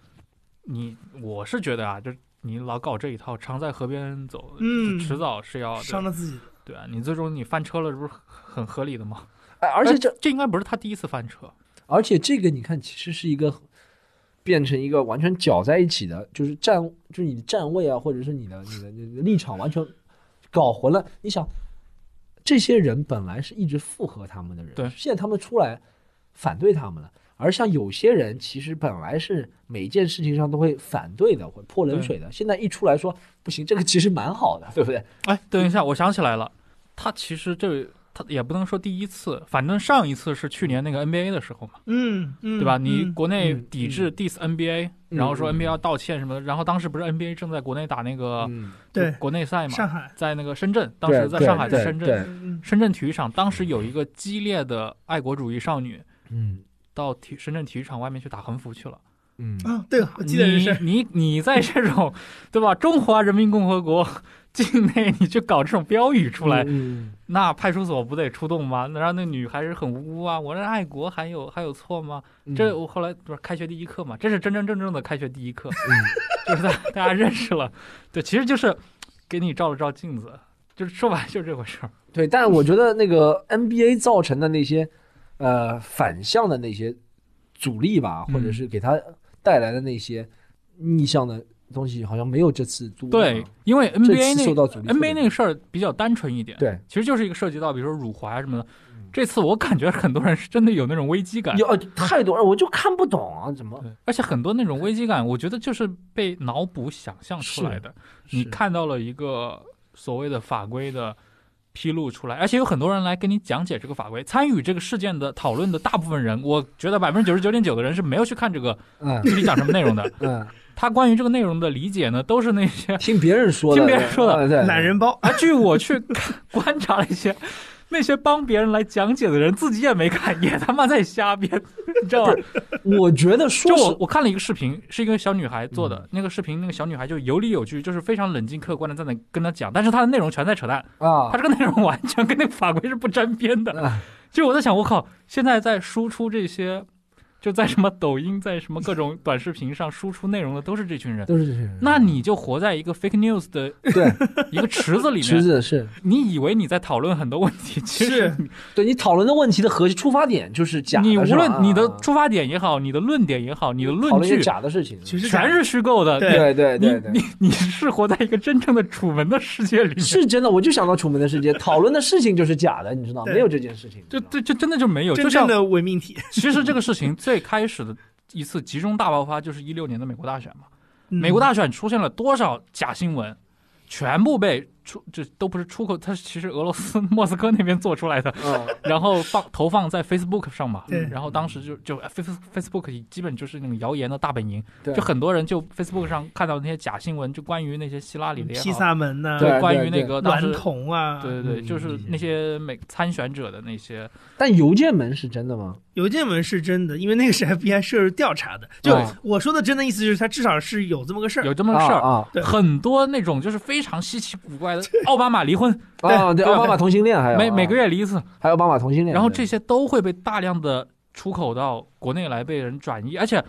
Speaker 3: 你我是觉得啊，就是你老搞这一套，常在河边走，
Speaker 4: 嗯
Speaker 3: 迟早是要
Speaker 4: 伤了自己。
Speaker 3: 对啊，你最终你翻车了，这不是很合理的吗？
Speaker 2: 哎，而且这，
Speaker 3: 这应该不是他第一次翻车，
Speaker 2: 而且这个你看，其实是一个变成一个完全搅在一起的，就是站，就是你的站位啊，或者是你的你的你的立场完全搞混了。你想，这些人本来是一直附和他们的人，
Speaker 3: 对
Speaker 2: 现在他们出来反对他们了。而像有些人，其实本来是每一件事情上都会反对的，会泼冷水的，现在一出来说不行，这个其实蛮好的，对不对？
Speaker 3: 哎，等一下，我想起来了，他其实这他也不能说第一次，反正上一次是去年那个 NBA 的时候嘛，
Speaker 4: 嗯嗯，
Speaker 3: 对吧？你
Speaker 4: 嗯
Speaker 3: 国内
Speaker 2: 嗯
Speaker 3: 抵制 diss NBA，、
Speaker 2: 嗯
Speaker 3: 然后说
Speaker 2: 嗯
Speaker 3: NBA 要道歉什么的，然后当时不是 NBA 正在国内打那个
Speaker 2: 嗯，
Speaker 4: 对
Speaker 3: 国内赛
Speaker 4: 上
Speaker 3: 嘛，
Speaker 4: 海，
Speaker 3: 在那个深圳，啊当时在上海
Speaker 2: 对
Speaker 3: 在深圳。
Speaker 2: 对，
Speaker 4: 嗯
Speaker 3: 深圳体育场当时有一个激烈的爱国主义少女
Speaker 2: 嗯
Speaker 3: 到体深圳体育场外面去打横幅去了。
Speaker 2: 嗯
Speaker 4: 嗯，啊，对，我记得这事儿。
Speaker 3: 你你你在这种对吧？中华人民共和国 [LAUGHS] 境内，你去搞这种标语出来，
Speaker 2: 嗯
Speaker 3: 那派出所不得出动吗？那让那女还是很无辜啊！我这爱国还有还有错吗？
Speaker 2: 嗯
Speaker 3: 这我后来不是开学第一课嘛，这是真真正正的开学第一课，[LAUGHS] 就
Speaker 2: 嗯
Speaker 3: 是大大家认识了，对，其实就是给你照了照镜子，就是说白了就是这回事儿。
Speaker 2: 对，但是我觉得那个 NBA 造成的那些，呃，反向的那些阻力吧，
Speaker 3: 嗯
Speaker 2: 或者是给他带来的那些逆向的东西，好像没有这次多啊。
Speaker 3: 对，因为
Speaker 2: 这
Speaker 3: NBA
Speaker 2: 次受
Speaker 3: 那
Speaker 2: 到阻力特别
Speaker 3: NBA
Speaker 2: 大。
Speaker 3: 那个事儿比较单纯一点，
Speaker 2: 对，嗯
Speaker 3: 其实就是一个涉及到比如说辱华什么的。这次我感觉很多人是真的有那种危机感，
Speaker 2: 有呃太多了，我就看不懂啊，怎么？
Speaker 3: 对，而且很多那种危机感，我觉得就是被脑补想象出来的。你
Speaker 2: 是，
Speaker 3: 看到了一个所谓的法规的披露出来，而且有很多人来跟你讲解这个法规。参与这个事件的讨论的大部分人，我觉得百分之九十九点九的人是没有去看这个
Speaker 2: 嗯
Speaker 3: 具体讲什么内容的。 [LAUGHS]
Speaker 2: 嗯，
Speaker 3: 他关于这个内容的理解呢，都是那些
Speaker 2: 听别人说的，
Speaker 3: 听别人说的
Speaker 2: 嗯对，
Speaker 4: 懒人包，
Speaker 3: 啊，据我去看 [LAUGHS] 观察了一些，那些帮别人来讲解的人自己也没看，也他妈在瞎编， [LAUGHS] 你知道吗？
Speaker 2: 我觉得说嗯
Speaker 3: 就我
Speaker 2: 是，
Speaker 3: 我看了一个视频，是一个小女孩做的、那个视频，那个小女孩就有理有据，就是非常冷静客观的在那跟他讲，但是她的内容全在扯淡，
Speaker 2: 啊
Speaker 3: 她，这个内容完全跟那个法规是不沾边的。
Speaker 2: 啊
Speaker 3: 就我在想，我靠，现在在输出这些，就在什么抖音，在什么各种短视频上输出内容的都是这群人。
Speaker 2: 都是这些人。
Speaker 3: 那你就活在一个 fake news 的
Speaker 2: 对
Speaker 3: 一个池子里
Speaker 2: 池
Speaker 3: 面，
Speaker 2: 子是
Speaker 3: 你以为你在讨论很多问题，其实
Speaker 4: 是
Speaker 2: 对你讨论的问题的核心出发点就是假的，
Speaker 3: 你无
Speaker 2: 是吧
Speaker 3: 论你的
Speaker 2: 啊
Speaker 3: 出发点也好，你的论点也好，你的
Speaker 2: 讨
Speaker 3: 论
Speaker 2: 论一些
Speaker 3: 据
Speaker 2: 假的事情，
Speaker 4: 其实
Speaker 3: 全是虚构的，
Speaker 4: 对
Speaker 2: 对对对对
Speaker 3: 你。你你是活在一个真正的楚门的世界里面，
Speaker 2: [LAUGHS] 是真的，我就想到《楚门的世界》，讨论的事情就是假的，你知道吗
Speaker 4: 对
Speaker 2: 没有这件事情。
Speaker 3: 就
Speaker 2: 你知道吗
Speaker 3: 对，就真的就没有。
Speaker 4: 真
Speaker 3: 就
Speaker 4: 正
Speaker 3: 像
Speaker 4: 的伪命题。
Speaker 3: 其实这个事情最开始的一次集中大爆发就是一六年的美国大选嘛，
Speaker 4: 嗯
Speaker 3: 美国大选出现了多少假新闻，全部被出这都不是出口，它是其实俄罗斯莫斯科那边做出来的，
Speaker 2: 嗯 [LAUGHS]
Speaker 3: 然后放投放在 Facebook 上嘛
Speaker 4: 对，
Speaker 3: 然后当时就就 Face Facebook 基本就是那种谣言的大本营，
Speaker 2: 对
Speaker 3: 就很多人就 Facebook 上看到那些假新闻，就关于那些希拉里的也好
Speaker 4: 披萨门呐、
Speaker 2: 嗯对
Speaker 3: 关于那个当
Speaker 4: 娈
Speaker 3: 时
Speaker 4: 童啊，
Speaker 3: 对对对，
Speaker 2: 嗯
Speaker 3: 就是那些美参选者的那些，
Speaker 2: 但邮件门是真
Speaker 3: [LAUGHS]
Speaker 2: 的吗？
Speaker 4: 邮件门是真的，因为那个是 FBI 涉入调查的。就
Speaker 2: 哦
Speaker 4: 我说的真的意思就是，他至少是有这么个事儿。
Speaker 3: 嗯有这么个事儿。
Speaker 2: 啊
Speaker 4: 对
Speaker 3: 很多那种就是非常稀奇古
Speaker 2: [LAUGHS]
Speaker 3: 怪的，奥巴马离婚，
Speaker 2: 啊啊！对，
Speaker 3: 对
Speaker 2: 奥巴马同性恋还有
Speaker 3: 每
Speaker 2: 啊
Speaker 3: 每个月离一次，
Speaker 2: 还有奥巴马同性恋，
Speaker 3: 然后这些都会被大量的出口到国内来被人转移，而且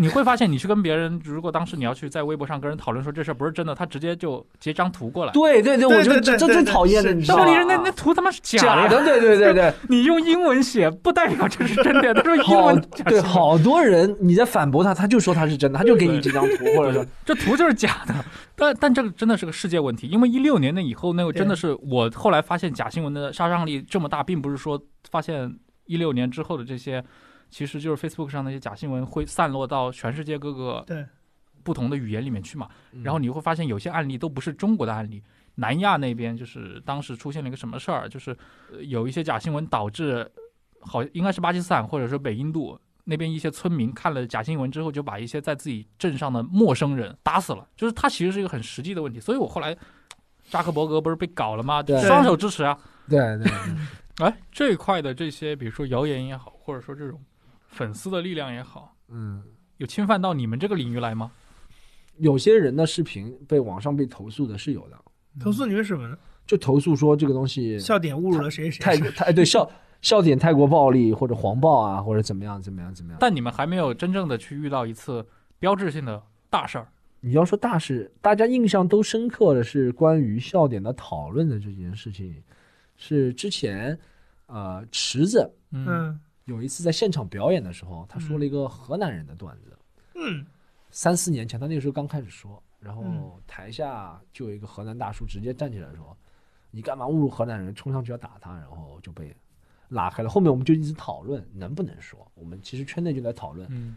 Speaker 3: 你会发现，你去跟别人，如果当时你要去在微博上跟人讨论说这事儿不是真的，他直接就截张图过来。
Speaker 2: 对对对，我觉
Speaker 4: 对对
Speaker 2: 得这
Speaker 4: 对
Speaker 2: 这
Speaker 4: 对
Speaker 2: 最
Speaker 4: 对
Speaker 2: 讨厌的，
Speaker 4: 是
Speaker 2: 你知
Speaker 3: 但
Speaker 2: 道吗？
Speaker 3: 问题是那那图他妈是假
Speaker 2: 假
Speaker 3: 的呀，
Speaker 2: 的，对对对
Speaker 3: [LAUGHS]
Speaker 2: 对，
Speaker 3: 你用英文写不代表这是真的呀，他说英
Speaker 2: 好
Speaker 3: 文假
Speaker 2: 对
Speaker 3: 新闻
Speaker 2: 好多人你在反驳他，他就说他是真的，他就给你这张图，或者
Speaker 3: [LAUGHS]
Speaker 2: 说
Speaker 3: 这图就是假的。 [LAUGHS] 但但这个真的是个世界问题，因为一六年那以后，那个真的是我后来发现假新闻的杀伤力这么大，并不是说发现一六年之后的这些，其实就是 Facebook 上那些假新闻会散落到全世界各个
Speaker 4: 对
Speaker 3: 不同的语言里面去嘛。然后你会发现有些案例都不是中国的案例。南亚那边就是当时出现了一个什么事儿，就是呃有一些假新闻导致，好应该是巴基斯坦或者说北印度那边一些村民看了假新闻之后，就把一些在自己镇上的陌生人打死了。就是它其实是一个很实际的问题，所以我后来扎克伯格不是被搞了吗？
Speaker 2: 对
Speaker 3: 双手支持啊！
Speaker 2: 对对对
Speaker 3: 哎，这一块的这些，比如说谣言也好，或者说这种粉丝的力量也好，
Speaker 2: 嗯。
Speaker 3: 有侵犯到你们这个领域来吗？
Speaker 2: 有些人的视频被网上被投诉的是有的，
Speaker 4: 投
Speaker 3: 嗯
Speaker 4: 诉你为什么呢？
Speaker 2: 就投诉说这个东西
Speaker 4: 笑点侮辱了谁谁
Speaker 2: 太
Speaker 4: [LAUGHS] 谁？
Speaker 2: 太对笑笑点太过暴力或者黄暴啊，或者怎么样怎么样怎么样。
Speaker 3: 但你们还没有真正的去遇到一次标志性的大事儿。
Speaker 2: 你要说大事，大家印象都深刻的是关于笑点的讨论的这件事情，是之前呃池子
Speaker 3: 嗯
Speaker 4: 嗯
Speaker 2: 有一次在现场表演的时候，他说了一个河南人的段子，
Speaker 4: 嗯，
Speaker 2: 三四年前他那个时候刚开始说，然
Speaker 4: 嗯
Speaker 2: 后台下就有一个河南大叔直接站起来说：“你干嘛侮辱河南人？”冲上去要打他，然后就被拉开了。后面我们就一直讨论能不能说，我们其实圈内就在讨论
Speaker 3: 嗯，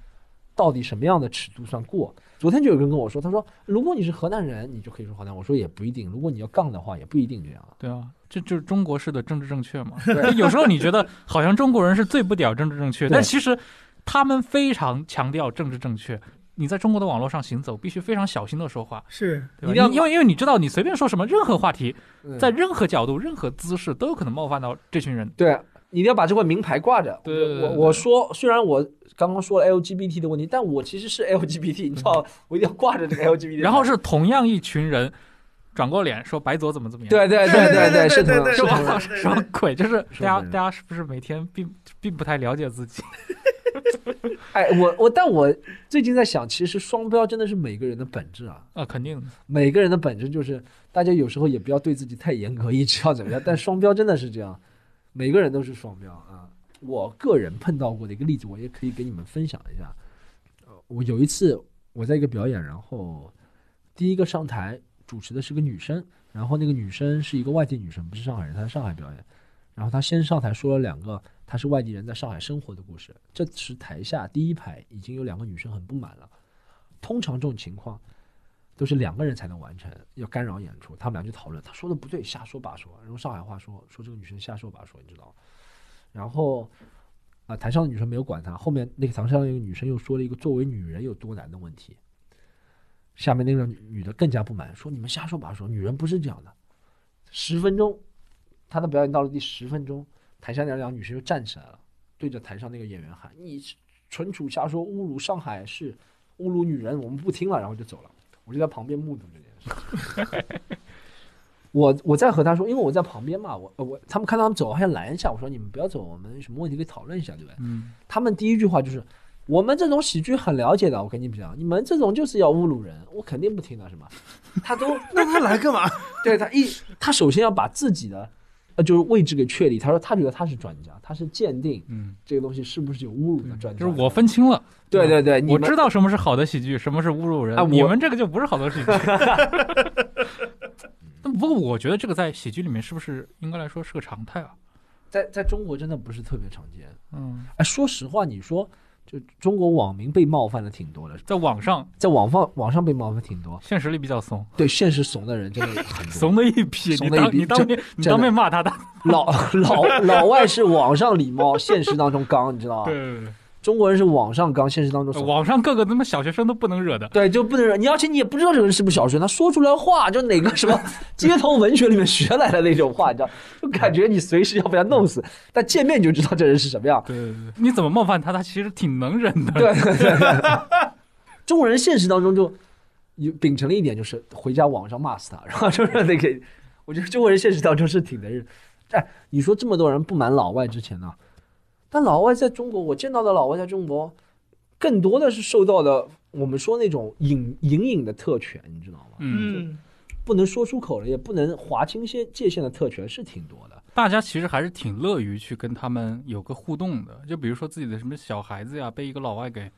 Speaker 2: 到底什么样的尺度算过？昨天就有人跟我说，他说如果你是河南人，你就可以说河南。我说也不一定，如果你要杠的话，也不一定这样。
Speaker 3: 对啊，这就是中国式的政治正确嘛。对，有时候你觉得好像中国人是最不屌政治正确，
Speaker 2: 对
Speaker 3: 但其实他们非常强调政治正确。你在中国的网络上行走，必须非常小心的说话，
Speaker 4: 是
Speaker 3: 对吧？
Speaker 2: 一定要
Speaker 3: 你因为因为你知道，你随便说什么，任何话题，在
Speaker 2: 在
Speaker 3: 任何角度、任何姿势，都有可能冒犯到这群人。
Speaker 2: 对，你一定要把这块名牌挂着。
Speaker 3: 对对对
Speaker 2: 我我说，虽然我刚刚说了 LGBT 的问题，但我其实是 LGBT，你知道，我一定要挂着这个 LGBT 的。
Speaker 3: 然后。是同样一群人转过脸说白左怎么怎么样，
Speaker 2: 对对对
Speaker 4: 对
Speaker 2: 是
Speaker 4: 对
Speaker 2: 的，
Speaker 4: 对
Speaker 2: 是
Speaker 3: 就
Speaker 2: 的
Speaker 3: 我操， [LAUGHS] 什么鬼？就是
Speaker 2: 是
Speaker 3: 大家
Speaker 2: 的
Speaker 3: 大家是不是每天并并不太了解自己？
Speaker 2: 哎，我我，但我最近在想，其实双标真的是每个人的本质啊，
Speaker 3: 啊，肯定的。
Speaker 2: 每个人的本质就是，大家有时候也不要对自己太严格，一直要怎么样。但双标真的是这样，每个人都是双标啊。我个人碰到过的一个例子，我也可以给你们分享一下。呃，我有一次我在一个表演，然后第一个上台主持的是个女生，然后那个女生是一个外地女生，不是上海人，她在上海表演。然后她先上台说了两个她是外地人在上海生活的故事，这时台下第一排已经有两个女生很不满了。通常这种情况都是两个人才能完成，要干扰演出，他们俩就讨论，他说的不对，瞎说八说，用上海话说说这个女生瞎说八说，你知道吗？然后啊、台上的女生没有管他，后面那个台上的那个女生又说了一个作为女人有多难的问题，下面那个女女的更加不满，说你们瞎说八说，女人不是这样的。十分钟，她的表演到了第十分钟，台下那两个女生又站起来了，对着台上那个演员喊：“你是纯属瞎说，侮辱上海市，侮辱女人，我们不听了。”然后就走了。我就在旁边目睹这件事 [LAUGHS] 情。我我在和他说，因为我在旁边嘛，我呃我他们看到他们走，还想拦一下，我说你们不要走，我们有什么问题可以讨论一下，对吧？
Speaker 3: 嗯，
Speaker 2: 他们第一句话就是：“我们这种喜剧很了解的，我跟你们讲，你们这种就是要侮辱人，我肯定不听
Speaker 3: [LAUGHS]
Speaker 2: 的，是吗？”他都
Speaker 4: 那他 [LAUGHS] 来干嘛？
Speaker 2: 对他一，他首先要把自己的呃就是位置给确立。他说他觉得他是专家，他是鉴定
Speaker 3: 嗯，
Speaker 2: 这个东西是不是有侮辱的专家。
Speaker 3: 就是我分清了，
Speaker 2: 对对对，你
Speaker 3: 我
Speaker 2: 们
Speaker 3: 知道什么是好的喜剧，什么是侮辱人
Speaker 2: 啊。我
Speaker 3: 你们这个就不是好的喜
Speaker 2: [LAUGHS]
Speaker 3: 剧。但不过我觉得这个在喜剧里面是不是应该来说是个常态啊？
Speaker 2: 在在中国真的不是特别常见。
Speaker 3: 嗯，
Speaker 2: 哎，说实话，你说就中国网民被冒犯的挺多的，
Speaker 3: 在网上
Speaker 2: 在网放网上被冒犯挺多。
Speaker 3: 现实里比较怂，
Speaker 2: 对，现实怂的人真的很多，
Speaker 3: 怂的一批。
Speaker 2: 怂
Speaker 3: 你
Speaker 2: 得一
Speaker 3: 当
Speaker 2: 批
Speaker 3: 你当
Speaker 2: 真
Speaker 3: 面你
Speaker 2: 真
Speaker 3: 当
Speaker 2: 的啊
Speaker 3: 面骂他，他
Speaker 2: 老老老外是网上礼貌，现实当中刚，你知道吧？
Speaker 3: 对对对
Speaker 2: 中国人是网上刚，现实当中
Speaker 3: 对，
Speaker 2: 怂。
Speaker 3: 网上各个他妈小学生都不能惹的。
Speaker 2: 对，就不能你而且你也不知道这个人是不是小学生，他说出来话就哪个什么街头文学里面学来的那种话，你知道，就感觉你随时要被他弄死，但见面你就知道这人是什么样。
Speaker 3: 对对对，你怎么冒犯他，他其实挺能忍的。
Speaker 2: 对对对对，中国人现实当中就有秉承了一点，就是回家网上骂死他，然 [LAUGHS] 后就是那个，我觉得中国人现实当中是挺能忍。哎，你说这么多人不满老外之前呢，但老外在中国，我见到的老外在中国，更多的是受到的我们说那种隐隐隐的特权，你知道吗？
Speaker 3: 嗯，
Speaker 4: 嗯，
Speaker 2: 不能说出口了，也不能划清些界限的特权是挺多的。
Speaker 3: 大家其实还是挺乐于去跟他们有个互动的。就比如说自己的什么小孩子呀，被一个老外给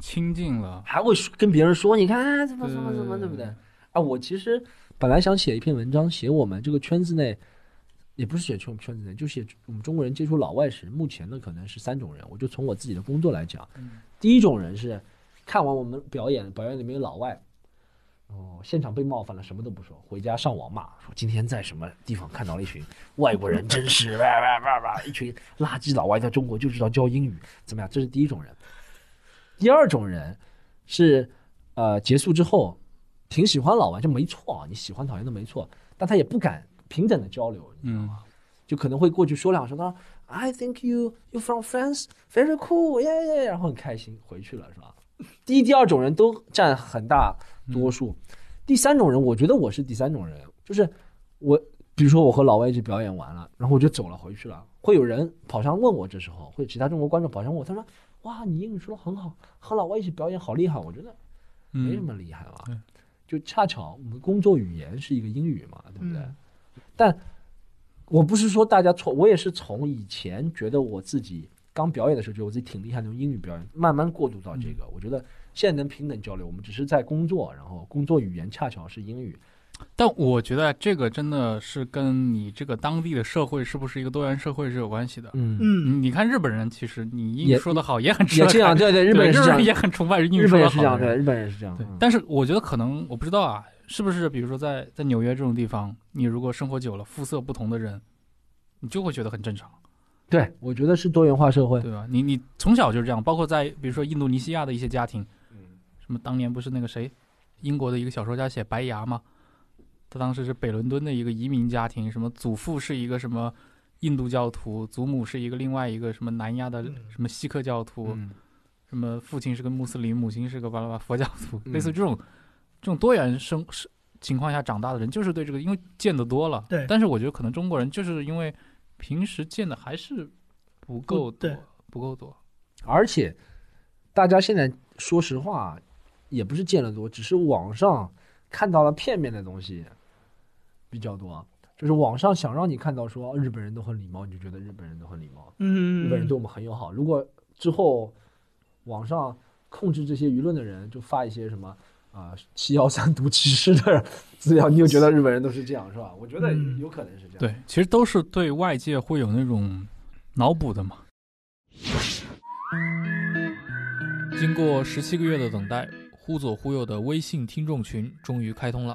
Speaker 3: 亲近了。
Speaker 2: 还会说跟别人说，你看啊怎么
Speaker 3: 对
Speaker 2: 怎么怎么，对不对？啊，我其实本来想写一篇文章，写我们这个圈子内，也不是写圈圈子内，就写我们中国人接触老外时，目前的可能是三种人。我就从我自己的工作来讲，第一种人是看完我们表演，表演里面有老外。哦，现场被冒犯了，什么都不说，回家上网骂，说今天在什么地方看到了一群外国人，真是哇哇哇哇，一群垃圾老外在中国就知道教英语，怎么样？这是第一种人。第二种人是呃结束之后挺喜欢老外，这没错啊，你喜欢讨厌都没错，但他也不敢平等的交流，你知
Speaker 3: 嗯
Speaker 2: 道吗？就可能会过去说两声，他说 I think you you from France, very cool, yeah yeah，yeah," 然后很开心回去了，是吧？第一、第二种人都占很大多数，第三种人，我觉得我是第三种人，就是我。比如说我和老外一起表演完了，然后我就走了回去了，会有人跑上问我，这时候会有其他中国观众跑上问我，他说：“哇，你英语说的很好，和老外一起表演好厉害。”我觉得没什
Speaker 3: 嗯，
Speaker 2: 么厉害吧？
Speaker 3: 嗯
Speaker 2: 就恰巧我们工作语言是一个英语嘛，对不对？
Speaker 4: 嗯
Speaker 2: 但我不是说大家错，我也是从以前觉得我自己刚表演的时候，觉得我自己挺厉害的，用英语表演，慢慢过渡到这
Speaker 3: 嗯
Speaker 2: 个。我觉得现在能平等交流，我们只是在工作，然后工作语言恰巧是英语。
Speaker 3: 但我觉得这个真的是跟你这个当地的社会是不是一个多元社会是有关系的。
Speaker 2: 嗯，
Speaker 4: 嗯，
Speaker 3: 嗯你看日本人，其实你英语
Speaker 2: 也
Speaker 3: 说的好也很吃
Speaker 2: 也
Speaker 3: 得
Speaker 2: 这样，
Speaker 3: 开，
Speaker 2: 对对，日
Speaker 3: 对
Speaker 2: 本人是这样，
Speaker 3: 也很崇拜英语
Speaker 2: 日
Speaker 3: 说
Speaker 2: 本
Speaker 3: 的
Speaker 2: 人是
Speaker 3: 好
Speaker 2: 这
Speaker 3: 的
Speaker 2: 样，
Speaker 3: 人。
Speaker 2: 对，日本人是这样。
Speaker 3: 对
Speaker 2: 嗯，
Speaker 3: 但是我觉得可能我不知道啊，是不是比如说在在纽约这种地方，你如果生活久了，肤色不同的人，你就会觉得很正常，
Speaker 2: 对，我觉得是多元化社会。
Speaker 3: 对吧？你你从小就是这样，包括在比如说印度尼西亚的一些家庭，什么当年不是那个谁，英国的一个小说家写《白牙》嘛，他当时是北伦敦的一个移民家庭，什么祖父是一个什么印度教徒，祖母是一个另外一个什么南亚
Speaker 4: 嗯
Speaker 3: 的什么锡克教徒，
Speaker 2: 嗯
Speaker 3: 什么父亲是个穆斯林，母亲是个巴拉巴佛教徒，
Speaker 2: 嗯
Speaker 3: 类似这种这种多元生是情况下长大的人，就是对这个因为见得多了。
Speaker 4: 对
Speaker 3: 但是我觉得可能中国人就是因为平时见的还是不够
Speaker 4: 对
Speaker 3: 多，不够多。
Speaker 2: 而且大家现在说实话，也不是见得多，只是网上看到了片面的东西比较多。就是网上想让你看到说日本人都很礼貌，你就觉得日本人都很礼貌，
Speaker 4: 嗯，
Speaker 2: 日本人对我们很友好。如果之后网上控制这些舆论的人就发一些什么啊七幺三毒歧视的资料，你就觉得日本人都是这样是吧？我觉得
Speaker 4: 嗯
Speaker 2: 有可能是这样。
Speaker 3: 对，其实都是对外界会有那种脑补的嘛。经过十七个月的等待，忽左忽右的微信听众群终于开通了。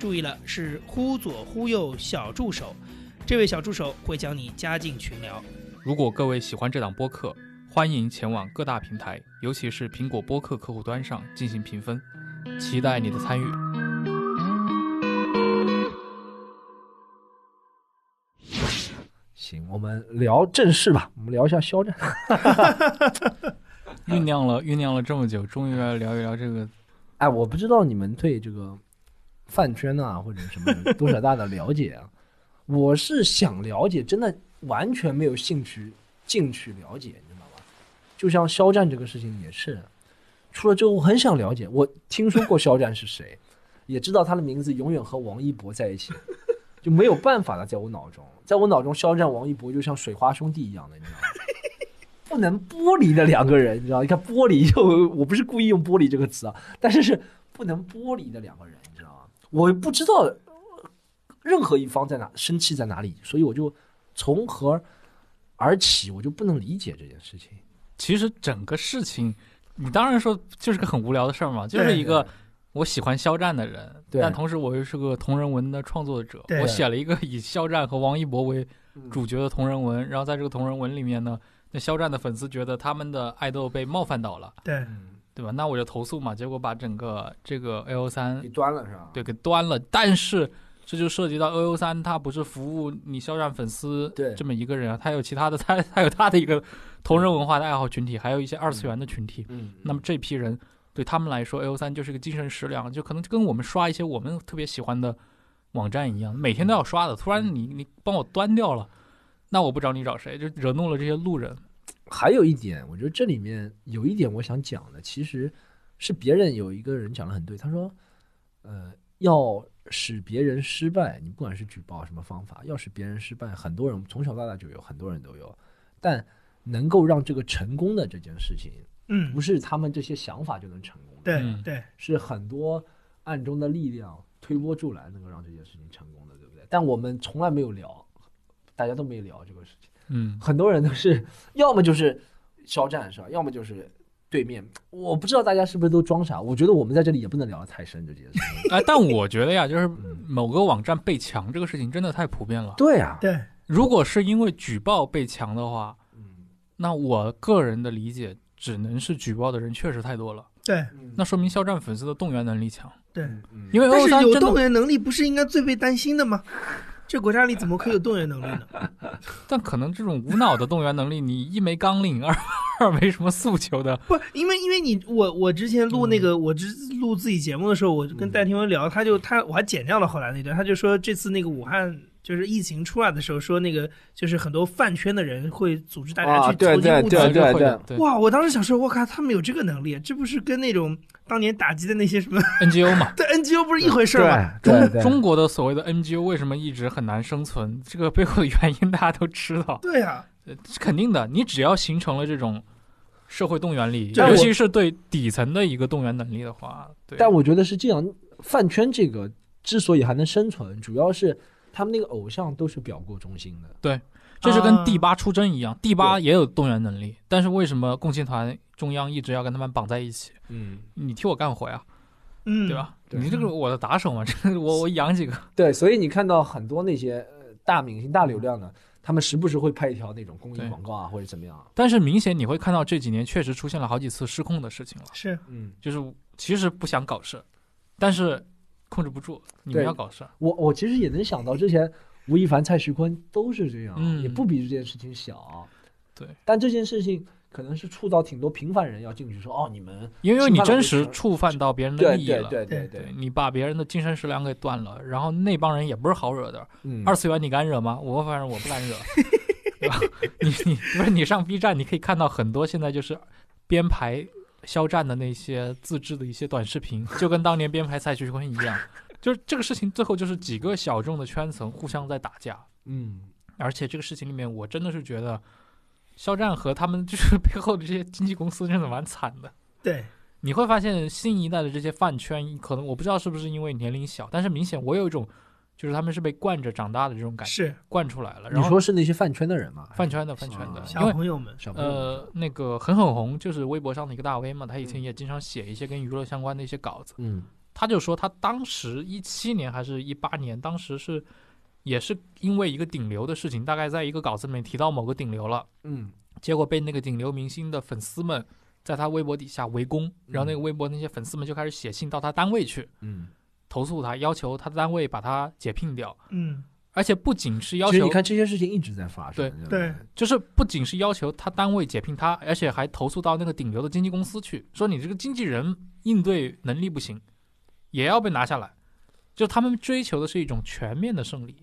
Speaker 4: 注意了，是忽左忽右小助手，这位小助手会将你加进群聊。
Speaker 3: 如果各位喜欢这档播客，欢迎前往各大平台，尤其是苹果播客客户端上进行评分，期待你的参与。
Speaker 2: 行，我们聊正事吧，我们聊一下肖战。
Speaker 3: 酝酿了酝酿了这么久，终于来聊一聊这个
Speaker 2: 哎，我不知道你们对这个饭圈啊或者什么有多少大的了解啊？我是想了解，真的完全没有兴趣进去了解，你知道吧？就像肖战这个事情也是，除了这个，我很想了解。我听说过肖战是谁，也知道他的名字永远和王一博在一起，就没有办法了，在我脑中，在我脑中，肖战、王一博就像水花兄弟一样的，你知道吗？ [LAUGHS] 不能剥离的两个人，你知道？你看剥离就，我不是故意用剥离这个词啊，但是是不能剥离的两个人，你知道吗？我不知道任何一方在哪生气在哪里，所以我就从何而起，我就不能理解这件事情。
Speaker 3: 其实整个事情，你当然说就是个很无聊的事儿嘛，就是一个我喜欢肖战的人，
Speaker 2: 对
Speaker 3: 但同时我又是个同人文的创作者，
Speaker 4: 对
Speaker 3: 我写了一个 [LAUGHS] 以肖战和王一博为主角的同人文，然后在这个同人文里面呢，那肖战的粉丝觉得他们的爱豆被冒犯到了，
Speaker 4: 对，
Speaker 2: 嗯，
Speaker 3: 对吧？那我就投诉嘛，结果把整个这个 A O 三
Speaker 2: 嗯你端了是吧？
Speaker 3: 对给端了，但是。这就涉及到 A O 三，它不是服务你肖战粉丝
Speaker 2: 对
Speaker 3: 这么一个人啊，他有其他的，他他有他的一个同人文化的爱好群体，还有一些二次元的群体。
Speaker 2: 嗯，
Speaker 3: 那么这批人对他们来说，L 三就是个精神食粮，就可能跟我们刷一些我们特别喜欢的网站一样，每
Speaker 2: 嗯
Speaker 3: 天都要刷的。突然你你帮我端掉了，那我不找你找谁？就惹怒了这些路
Speaker 2: [LAUGHS]
Speaker 3: 人。
Speaker 2: 还有一点，我觉得这里面有一点我想讲的，其实是别人有一个人讲的很对，他说，呃，要使别人失败，你不管是举报什么方法，要使别人失败，很多人从小到大就有，很多人都有，但能够让这个成功的这件事情，
Speaker 4: 嗯
Speaker 2: 不，是他们这些想法就能成功的，
Speaker 4: 对
Speaker 3: 嗯
Speaker 4: 对，
Speaker 2: 是很多暗中的力量推波助澜，能够让这件事情成功的，对不对？但我们从来没有聊，大家都没聊这个事情。
Speaker 3: 嗯，
Speaker 2: 很多人都是 [LAUGHS] 要么就是肖战是吧，要么就是对面。我不知道大家是不是都装傻，我觉得我们在这里也不能聊得太深这件事情。
Speaker 3: 哎，但我觉得呀，就是
Speaker 2: 嗯
Speaker 3: 某个网站被强这个事情真的太普遍了。
Speaker 2: [LAUGHS] 对啊，
Speaker 4: 对，
Speaker 3: 如果是因为举报被强的话，
Speaker 2: 嗯
Speaker 3: 那我个人的理解只能是举报的人确实太多了。
Speaker 4: 对
Speaker 2: 嗯
Speaker 3: 那说明肖战粉丝的动员能力强，
Speaker 4: 对。
Speaker 2: 嗯
Speaker 3: 因为
Speaker 4: 但
Speaker 3: L
Speaker 4: 是
Speaker 3: 三
Speaker 4: 有
Speaker 3: 真
Speaker 4: 动
Speaker 3: 的，
Speaker 4: 员能力不是应该最被担心的吗？这国家里怎么可以有动员能力 [LAUGHS] 呢？
Speaker 3: 但可能这种无脑的动员能力，你一没纲领，二二没什么诉求的，
Speaker 4: 不，因为因为你我我之前录那个、我之录自己节目的时候，我就跟戴廷文聊，他就他我还剪掉了后来那段，他就说这次那个武汉就是疫情出来的时候，说那个就是很多饭圈的人会组织大家
Speaker 2: 啊
Speaker 4: 去
Speaker 2: 对
Speaker 4: 投进
Speaker 2: 对
Speaker 4: 物
Speaker 2: 对啊
Speaker 4: 资
Speaker 3: 对对对对
Speaker 4: 哇！我当时想说，我靠，他们有这个能力，这不是跟那种当年打击的那些什么 [LAUGHS]
Speaker 3: NGO 嘛，
Speaker 4: 对 NGO 不是一回事
Speaker 2: 对
Speaker 4: 儿吗？
Speaker 2: 哎对啊
Speaker 3: 中
Speaker 2: 对
Speaker 3: 中国的所谓的 NGO 为什么一直很难生存？这个背后的原因大家都知道，
Speaker 4: 对啊，
Speaker 3: 呃是肯定的。你只要形成了这种社会动员力，
Speaker 2: 但
Speaker 3: 尤
Speaker 2: 我
Speaker 3: 其是对底层的一个动员能力的话，对，
Speaker 2: 但我觉得是这样，饭圈这个之所以还能生存，主要是他们那个偶像都是表过忠心的。
Speaker 3: 这是跟
Speaker 4: 啊
Speaker 3: 第八出征一样，第八也有动员能力，但是为什么共青团中央一直要跟他们绑在一起？
Speaker 2: 嗯，
Speaker 3: 你替我干活呀，
Speaker 4: 嗯，
Speaker 3: 对？吧？
Speaker 2: 对
Speaker 3: 你这个我的打手嘛，这个我我养几个，
Speaker 2: 对，所以你看到很多那些呃大明星、大流量的，他们时不时会拍一条那种公益
Speaker 3: 对
Speaker 2: 广告啊，或者怎么样啊。
Speaker 3: 但是明显你会看到这几年确实出现了好几次失控的事情了，
Speaker 4: 是，
Speaker 2: 嗯，
Speaker 3: 就是其实不想搞事，但是控制不住，你们
Speaker 2: 对
Speaker 3: 要搞事。
Speaker 2: 我我其实也能想到，之前吴亦凡、蔡徐坤都是这样，
Speaker 3: 嗯
Speaker 2: 也不比这件事情小。
Speaker 3: 对，
Speaker 2: 但这件事情可能是触到挺多平凡人要进去说，哦，你们
Speaker 3: 因为你真
Speaker 2: 侵
Speaker 3: 实
Speaker 2: 犯了我的
Speaker 3: 触犯到别人的
Speaker 2: 对
Speaker 3: 利益
Speaker 2: 对
Speaker 3: 了，
Speaker 2: 对对
Speaker 3: 对，你把别人的精神食粮给断了，然后那帮人也不是好惹的。
Speaker 2: 嗯，
Speaker 3: 二次元你敢惹吗？我反正我不敢惹，对吧？你你不是你上 B 站，你可以看到很多现在就是编排肖战的那些自制的一些短视频，就跟当年编排蔡徐坤一样，就是这个事情最后就是几个小众的圈层互相在打架，
Speaker 2: 嗯，
Speaker 3: 而且这个事情里面，我真的是觉得肖战和他们就是 [LAUGHS] 背后的这些经纪公司真的蛮惨的。
Speaker 4: 对，
Speaker 3: 你会发现新一代的这些饭圈，可能我不知道是不是因为年龄小，但是明显我有一种就是他们是被惯着长大的这种感觉，
Speaker 4: 是
Speaker 3: 惯出来了。然
Speaker 2: 你
Speaker 3: 后
Speaker 2: 说是那些饭圈的人吗？
Speaker 3: 饭圈的饭圈的
Speaker 2: 啊，
Speaker 3: 因
Speaker 4: 小
Speaker 3: 为
Speaker 4: 朋友们，
Speaker 2: 小朋友
Speaker 3: 呃那个很很红，就是微博上的一个大 V 嘛，他以前也经常写一些跟娱乐相关的一些稿子。
Speaker 2: 嗯
Speaker 3: 他就说他当时一七年还是一八年，当时是也是因为一个顶流的事情，大概在一个稿子里面提到某个顶流了。
Speaker 2: 嗯
Speaker 3: 结果被那个顶流明星的粉丝们在他微博底下围攻，然后那个微博那些粉丝们就开始写信到他单位去
Speaker 2: 嗯，
Speaker 3: 投诉他，要求他的单位把他解聘掉，
Speaker 4: 嗯，
Speaker 3: 而且不仅是要
Speaker 2: 其实
Speaker 3: 求
Speaker 2: 你，看这些事情一直在发生，不
Speaker 4: 对
Speaker 3: 就是不仅是要求他单位解聘他，而且还投诉到那个顶流的经纪公司去，说你这个经纪人应对能力不行，也要被拿下来。就他们追求的是一种全面的胜利，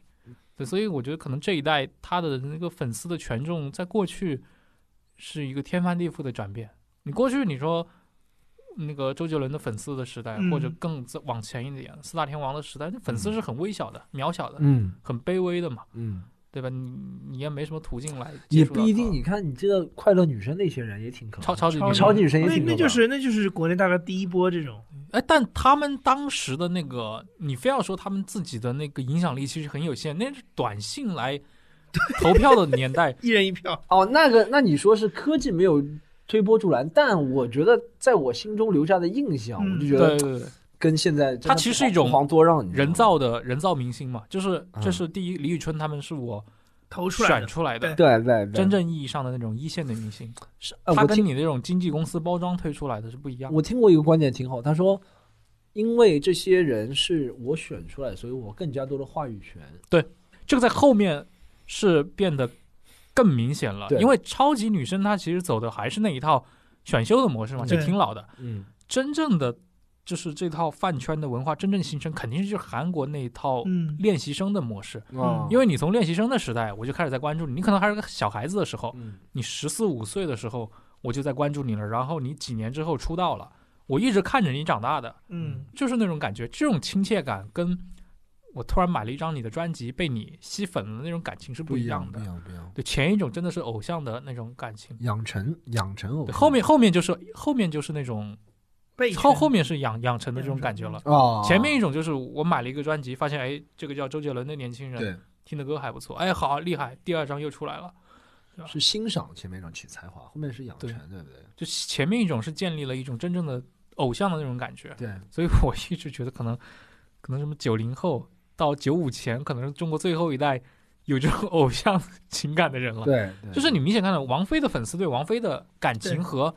Speaker 3: 对，所以我觉得可能这一代他的那个粉丝的权重，在过去是一个天翻地覆的转变。你过去你说那个周杰伦的粉丝的时代，
Speaker 4: 嗯
Speaker 3: 或者更再往前一点，四大天王的时代，那粉丝是很微小的、渺小的、
Speaker 2: 嗯
Speaker 3: 很卑微的嘛，
Speaker 2: 嗯，
Speaker 3: 对吧？你你也没什么途径来接
Speaker 2: 也
Speaker 3: 触到
Speaker 2: 不一定。
Speaker 3: 他
Speaker 2: 你看你这个快乐女生那些人也挺可怕
Speaker 3: 超
Speaker 2: 的，
Speaker 3: 超级女
Speaker 4: 超
Speaker 2: 超
Speaker 3: 声
Speaker 2: 级女生也
Speaker 4: 那
Speaker 2: 挺可怕的
Speaker 4: 那就是那就是国内大概第一波这种，
Speaker 3: 哎，但他们当时的那个，你非要说他们自己的那个影响力其实很有限，那是短信来投票的年代。
Speaker 4: 一人一票。
Speaker 2: 哦，那个那你说是科技没有推波助澜，但我觉得在我心中留下的印象，
Speaker 4: 嗯
Speaker 2: 我就觉
Speaker 3: 对对
Speaker 2: 得
Speaker 3: 对，对
Speaker 2: 跟现在真的
Speaker 3: 它其实是一种
Speaker 2: 不遑多让，你知道吗
Speaker 3: 人造的人造明星嘛，就是这
Speaker 2: 嗯
Speaker 3: 是第一，李宇春他们是我
Speaker 4: 投出来
Speaker 3: 选
Speaker 4: 的，
Speaker 3: 出来的
Speaker 4: 对。
Speaker 2: 对对对
Speaker 3: 真正意义上的那种一线的明星，
Speaker 2: 是呃
Speaker 3: 他
Speaker 2: 我
Speaker 3: 跟
Speaker 2: 听
Speaker 3: 你那种经纪公司包装推出来的是不一样的。
Speaker 2: 我听过一个观点挺好，他说。因为这些人是我选出来，所以我更加多的话语权。
Speaker 3: 这个在后面是变得更明显了，
Speaker 2: 对
Speaker 3: 因为超级女声她其实走的还是那一套选秀的模式嘛，
Speaker 2: 对
Speaker 3: 这挺老的。
Speaker 2: 嗯，
Speaker 3: 真正的就是这套饭圈的文化真正形成，肯定是就是韩国那一套
Speaker 4: 嗯，
Speaker 3: 练习生的模式。
Speaker 2: 啊
Speaker 3: 因为你从练习生的时代，我就开始在关注你。你可能还是个小孩子的时候，
Speaker 2: 嗯
Speaker 3: 你十四五岁的时候，我就在关注你了。然后你几年之后出道了，我一直看着你长大的。
Speaker 4: 嗯
Speaker 3: 就是那种感觉，这种亲切感跟我突然买了一张你的专辑被你吸粉的那种感情是不一样的。
Speaker 2: 样，不一样。
Speaker 3: 对，前一种真的是偶像的那种感情，
Speaker 2: 养成养成偶
Speaker 3: 对，后面后面就是后面就是那种
Speaker 4: 被
Speaker 3: 后
Speaker 4: 圈
Speaker 3: 后面是养养成的这种感觉了。
Speaker 2: 啊，
Speaker 3: 前面一种就是我买了一个专辑，发现哎，这个叫周杰伦的年轻人
Speaker 2: 对
Speaker 3: 听的歌还不错，哎，好厉害，第二张又出来了。
Speaker 2: 是欣赏前面一种起才华，后面是养成，对不对？
Speaker 3: 就前面一种是建立了一种真正的偶像的那种感觉，
Speaker 2: 对，
Speaker 3: 所以我一直觉得可能，可能什么九零后到九五前，可能是中国最后一代有这种偶像情感的人了。
Speaker 2: 对，对
Speaker 3: 就是你明显看到王菲的粉丝对王菲的感
Speaker 4: 对
Speaker 3: 情和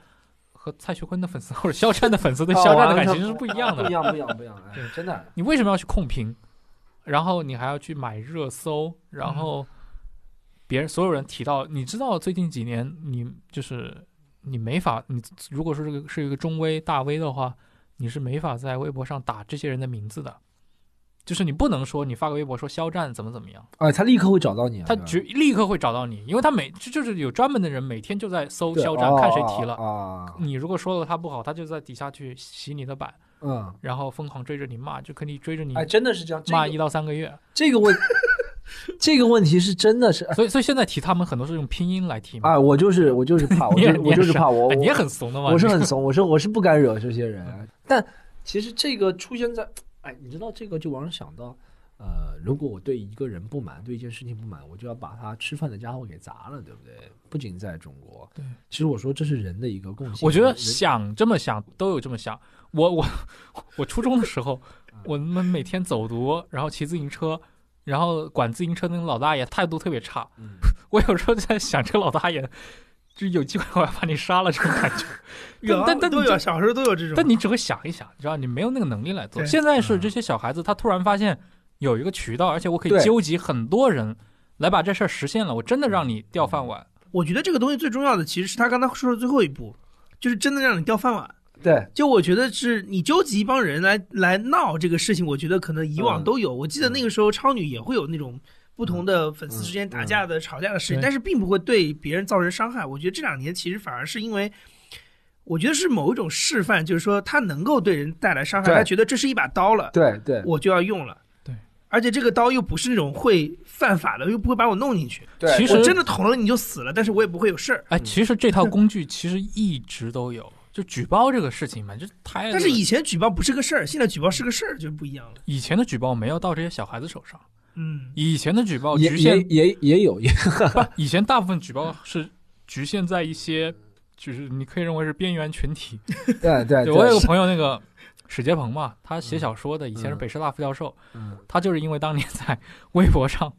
Speaker 3: 和蔡徐坤的粉丝或者肖战的粉丝对
Speaker 2: 哦
Speaker 3: 肖战的
Speaker 2: 完
Speaker 3: 感
Speaker 2: 全
Speaker 3: 情是不一样
Speaker 2: 不
Speaker 3: 的
Speaker 2: 一。样，不一样，不一样，哎
Speaker 3: 对，
Speaker 2: 真的。
Speaker 3: 你为什么要去控评？然后你还要去买热搜，
Speaker 2: 嗯
Speaker 3: 然后别人所有人提到，你知道最近几年你就是你没法，你如果说这个是一个中微大 V 的话，你是没法在微博上打这些人的名字的，就是你不能说你发个微博说肖战怎么怎么样，
Speaker 2: 哎，他立刻会找到你啊，
Speaker 3: 他
Speaker 2: 对吧
Speaker 3: 绝立刻会找到你，因为他每就就是有专门的人每天就在搜
Speaker 2: 对
Speaker 3: 肖战，
Speaker 2: 哦
Speaker 3: 看谁提了。
Speaker 2: 啊，
Speaker 3: 你如果说了他不好，他就在底下去洗你的版，
Speaker 2: 嗯，
Speaker 3: 然后疯狂追着你骂，就可以追着你
Speaker 2: 哎，真的是这样。这
Speaker 3: 骂
Speaker 2: 个
Speaker 3: 一到三个
Speaker 2: [LAUGHS]
Speaker 3: 月。
Speaker 2: 这
Speaker 3: [LAUGHS]
Speaker 2: 个问，这个问题是真的是
Speaker 3: 所以所以现在提他们很多是用拼音来提嘛，
Speaker 2: 啊，我就是我就是怕，我
Speaker 3: [LAUGHS] 你也
Speaker 2: 就我就是怕我
Speaker 3: 哎
Speaker 2: 我
Speaker 3: 你也很怂的嘛，
Speaker 2: 我是
Speaker 3: 你嗯
Speaker 2: 很怂，我是我是不敢惹这些人。 [LAUGHS] 但其实这个出现在，哎，你知道这个就让人想到，呃，如果我对一个人不满，对一件事情不满，我就要把他吃饭的家伙给砸了，对不对？不仅在中国，
Speaker 3: 对，
Speaker 2: 其实我说这是人的一个共性。
Speaker 3: 我觉得
Speaker 2: 人
Speaker 3: 想这么想都有这么想。我我我初中的时候，
Speaker 2: 嗯
Speaker 3: 我们每天走读，然后骑自行车，然后管自行车那个老大爷态度特别差。
Speaker 2: 嗯
Speaker 3: [LAUGHS] 我有时候在想，这个老大爷就有机会我要把你杀了这种感
Speaker 2: [LAUGHS]
Speaker 3: 觉。
Speaker 4: 有啊
Speaker 3: 但但
Speaker 4: 都
Speaker 3: 你就
Speaker 4: 有，小时候都有这种。
Speaker 3: 但你只会想一想，你知道你没有那个能力来做。
Speaker 4: 对
Speaker 3: 现在是
Speaker 2: 嗯
Speaker 3: 这些小孩子，他突然发现有一个渠道，而且我可以
Speaker 2: 对
Speaker 3: 纠集很多人来把这事儿实现了。我真的让你掉饭碗，
Speaker 4: 我觉得这个东西最重要的其实是他刚才说的最后一步，就是真的让你掉饭碗。
Speaker 2: 对
Speaker 4: 就我觉得是你纠集一帮人来来闹这个事情，我觉得可能以
Speaker 2: 嗯
Speaker 4: 往都有。我记得那个时候超女也会有那种不同的粉
Speaker 2: 嗯
Speaker 4: 丝之间打架的、吵架的事情，
Speaker 3: 对
Speaker 4: 但是并不会对别人造成伤害。我觉得这两年其实反而是因为。我觉得是某一种示范，就是说他能够对人带来伤害，
Speaker 2: 对
Speaker 4: 他觉得这是一把刀了，
Speaker 2: 对对
Speaker 4: 我就要用了。
Speaker 3: 对，
Speaker 4: 而且这个刀又不是那种会犯法的，又不会把我弄进去。
Speaker 2: 对，
Speaker 3: 其实
Speaker 4: 我真的捅了你就死了，但是我也不会有事儿。
Speaker 2: 嗯
Speaker 3: 哎，其实这套工具其实一直都有，就举报这个事情嘛，就太
Speaker 4: 但是以前举报不是个事儿，现在举报是个事儿，就不一样了。
Speaker 3: 以前的举报没有到这些小孩子手上，
Speaker 4: 嗯，
Speaker 3: 以前的举报
Speaker 2: 也
Speaker 3: 局
Speaker 2: 也
Speaker 3: 限，
Speaker 2: 也也有也 [LAUGHS]
Speaker 3: 不，以前大部分举报是局限在一些，就是你可以认为是边缘群体。
Speaker 2: 对对
Speaker 3: 对
Speaker 2: 哎对，
Speaker 3: 我有个朋友，那个史杰鹏嘛，他写小说的，以前是
Speaker 2: 嗯
Speaker 3: 北师大副教授，
Speaker 2: 嗯
Speaker 3: 他就是因为当年在 [LAUGHS] 微博上。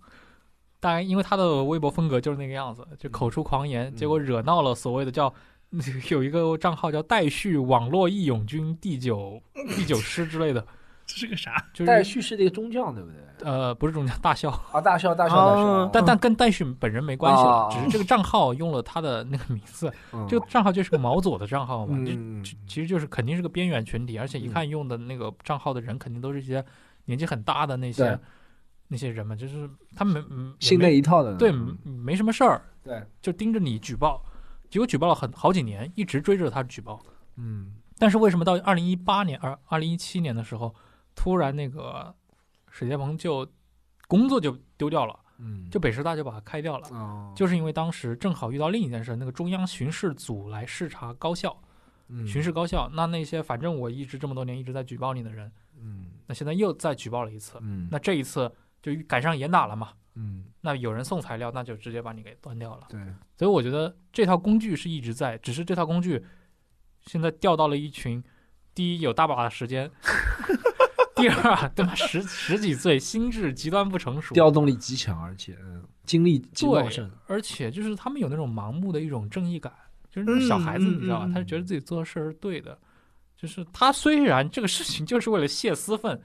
Speaker 3: 大概因为他的微博风格就是那个样子，就口出狂言，
Speaker 2: 嗯
Speaker 3: 结果惹闹了所谓的叫 [LAUGHS] 有一个账号叫“代序网络义勇军第九第九师”之类的，
Speaker 4: 这是个啥？
Speaker 3: 就
Speaker 2: 戴
Speaker 3: 是
Speaker 2: 旭是那个中将，对不对？
Speaker 3: 呃不是中间大笑，
Speaker 2: 啊，大笑大笑大
Speaker 4: 哦
Speaker 2: 笑，
Speaker 3: 但但跟代训本人没关系了，
Speaker 2: 啊
Speaker 3: 只是这个账号用了他的那个名字，
Speaker 2: 嗯
Speaker 3: 这个账号就是个毛左的账号嘛，就
Speaker 2: 嗯
Speaker 3: 其实就是肯定是个边缘群体，而且一看用的那个账号的人，肯定都是一些年纪很大的那些
Speaker 2: 对
Speaker 3: 那些人嘛，就是他们嗯也
Speaker 2: 信那
Speaker 3: 没
Speaker 2: 一套的，
Speaker 3: 对
Speaker 2: 嗯
Speaker 3: 没什么事儿，
Speaker 2: 对，
Speaker 3: 就盯着你举报，结果举报了很好几年，一直追着他举报，
Speaker 2: 嗯，
Speaker 3: 但是为什么到二零一八年、二二零一七年的时候，突然那个史杰鹏就工作就丢掉了，
Speaker 2: 嗯，
Speaker 3: 就北师大就把他开掉了，
Speaker 2: 哦，
Speaker 3: 就是因为当时正好遇到另一件事，那个中央巡视组来视察高校，
Speaker 2: 嗯
Speaker 3: 巡视，高校，那那些反正我一直这么多年一直在举报你的人，
Speaker 2: 嗯
Speaker 3: 那现在又再举报了一次，
Speaker 2: 嗯，
Speaker 3: 那这一次就赶上严打了嘛，
Speaker 2: 嗯，
Speaker 3: 那有人送材料，那就直接把你给端掉了。
Speaker 2: 对，
Speaker 3: 所以我觉得这套工具是一直在，只是这套工具现在掉到了一群，第一有大把的时间， [LAUGHS] 第二啊对吧十十几岁，心智极端不成熟，
Speaker 2: 调动力极强，而且嗯，精力极旺盛
Speaker 3: 对，，而且就是他们有那种盲目的一种正义感，就是那种小孩子，
Speaker 4: 嗯嗯
Speaker 3: 你知道吧？
Speaker 4: 嗯
Speaker 3: 他就觉得自己做的事儿是对的，就是他虽然这个事情就是为了泄私愤，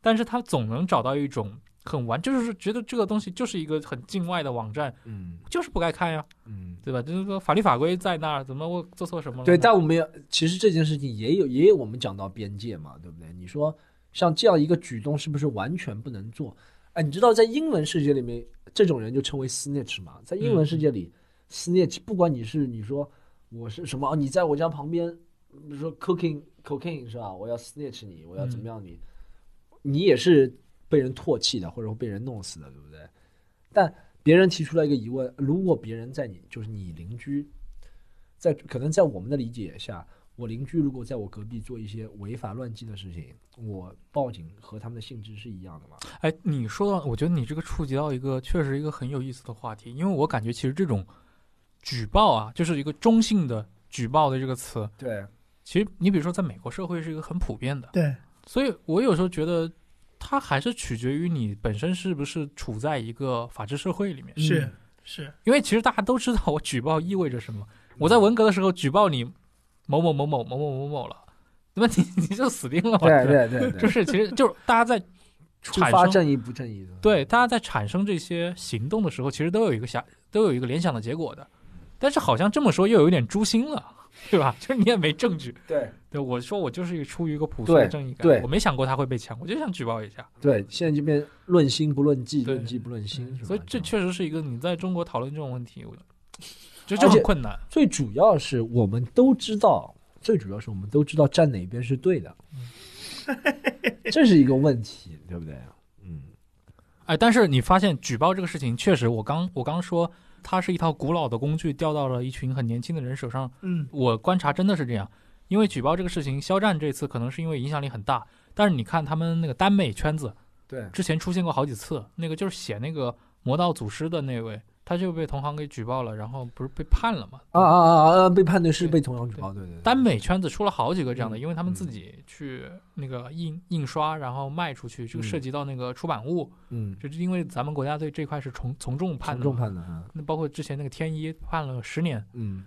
Speaker 3: 但是他总能找到一种很完，就是觉得这个东西就是一个很境外的网站，
Speaker 2: 嗯
Speaker 3: 就是不该看呀，
Speaker 2: 嗯。
Speaker 3: 对吧？就是说法律法规在那儿，怎么我做错什么了呢？
Speaker 2: 对，但我们要，其实这件事情也有也有我们讲到边界嘛，对不对？你说像这样一个举动是不是完全不能做？哎，你知道在英文世界里面，这种人就称为 snitch 嘛？在英文世界里、s n i t c h 不管你是你说我是什么，哦你在我家旁边，比如说 cooking cocaine 是吧？我要 snitch 你，我要怎么样你，你也是被人唾弃的，或者会被人弄死的，对不对？但别人提出来一个疑问：如果别人在你就是你邻居，在可能在我们的理解下，我邻居如果在我隔壁做一些违法乱纪的事情，我报警和他们的性质是一样的嘛？
Speaker 3: 哎，你说到，我觉得你这个触及到一个确实一个很有意思的话题，因为我感觉其实这种举报啊，就是一个中性的举报的这个词，
Speaker 2: 对，
Speaker 3: 其实你比如说，在美国社会是一个很普遍的，
Speaker 4: 对，
Speaker 3: 所以我有时候觉得，它还是取决于你本身是不是处在一个法治社会里面。
Speaker 4: [LAUGHS] 是是，
Speaker 3: 因为其实大家都知道我举报意味着什么。
Speaker 2: 嗯
Speaker 3: [LAUGHS] 我在文革的时候举报你某某某某某某某某了，那么你你就死定了嘛？
Speaker 2: 对
Speaker 3: 吧
Speaker 2: 对对对，
Speaker 3: [LAUGHS] 就是其实就是大家在
Speaker 2: 触
Speaker 3: 产
Speaker 2: 发
Speaker 3: 生
Speaker 2: 正义不正义的。
Speaker 3: 对，大家在产生这些行动的时候，其实都有一个想，都有一个联想的结果的。但是好像这么说又有点诛心了，对吧？ [LAUGHS] 就是你也没证据。
Speaker 2: 对
Speaker 3: 对，我说我就是一个出于一个朴素的
Speaker 2: 对
Speaker 3: 正义感，
Speaker 2: 对
Speaker 3: 我没想过他会被抢，我就想举报一下。
Speaker 2: 对，现在就变论心不论迹，
Speaker 3: 对嗯
Speaker 2: 论迹不论心，是吧
Speaker 3: 所以这
Speaker 2: 样
Speaker 3: 确实是一个你在中国讨论这种问题，我就
Speaker 2: 而
Speaker 3: 就
Speaker 2: 且
Speaker 3: 很困难。
Speaker 2: 最主要是我们都知道，最主要是我们都知道站哪边是
Speaker 3: [LAUGHS]
Speaker 2: 对的，这是一个问题，对不对？嗯，
Speaker 3: 哎，但是你发现举报这个事情，确实我刚我刚说它是一套古老的工具，掉到了一群很年轻的人手上。
Speaker 4: 嗯
Speaker 3: 我观察真的是这样，因为举报这个事情，肖战这次可能是因为影响力很大，但是你看他们那个耽美圈子
Speaker 2: 对，
Speaker 3: 之前出现过好几次，那个就是写那个《魔道祖师》的那位，他就被同行给举报了，然后不是被判了嘛？
Speaker 2: 啊啊啊啊啊！被判的是
Speaker 3: 对
Speaker 2: 被同样举报，对对对，
Speaker 3: 耽美圈子出了好几个这样的，
Speaker 2: 嗯
Speaker 3: 因为他们自己去那个印印刷，然后卖出去，这个
Speaker 2: 嗯
Speaker 3: 涉及到那个出版物，
Speaker 2: 嗯，
Speaker 3: 就是因为咱们国家对这块是从从重判
Speaker 2: 从
Speaker 3: 的，
Speaker 2: 重。判的啊，
Speaker 3: 那包括之前那个天一判了十年，
Speaker 2: 嗯，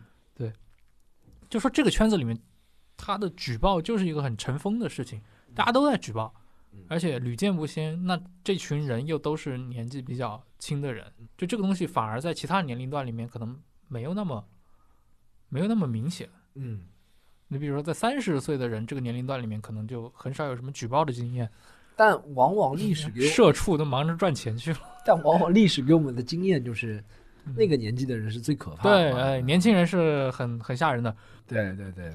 Speaker 3: 就说这个圈子里面，他的举报就是一个很尘封的事情，大家都在举报
Speaker 2: 嗯，
Speaker 3: 而且屡见不鲜。那这群人又都是年纪比较轻的人，就这个东西反而在其他年龄段里面可能没有那么没有那么明显。
Speaker 2: 嗯，
Speaker 3: 你比如说，在三十岁的人这个年龄段里面，可能就很少有什么举报的经验，
Speaker 2: 但往往历史给
Speaker 3: [LAUGHS]
Speaker 2: 我，
Speaker 3: 社畜都忙着赚钱去了。
Speaker 2: 但往往历史给我们的经验就是，
Speaker 3: 嗯
Speaker 2: 那个年纪的人是最可怕的
Speaker 3: 对，
Speaker 2: 嘛。
Speaker 3: 哎，
Speaker 2: 嗯
Speaker 3: 年轻人是很很吓人的。
Speaker 2: 对对对，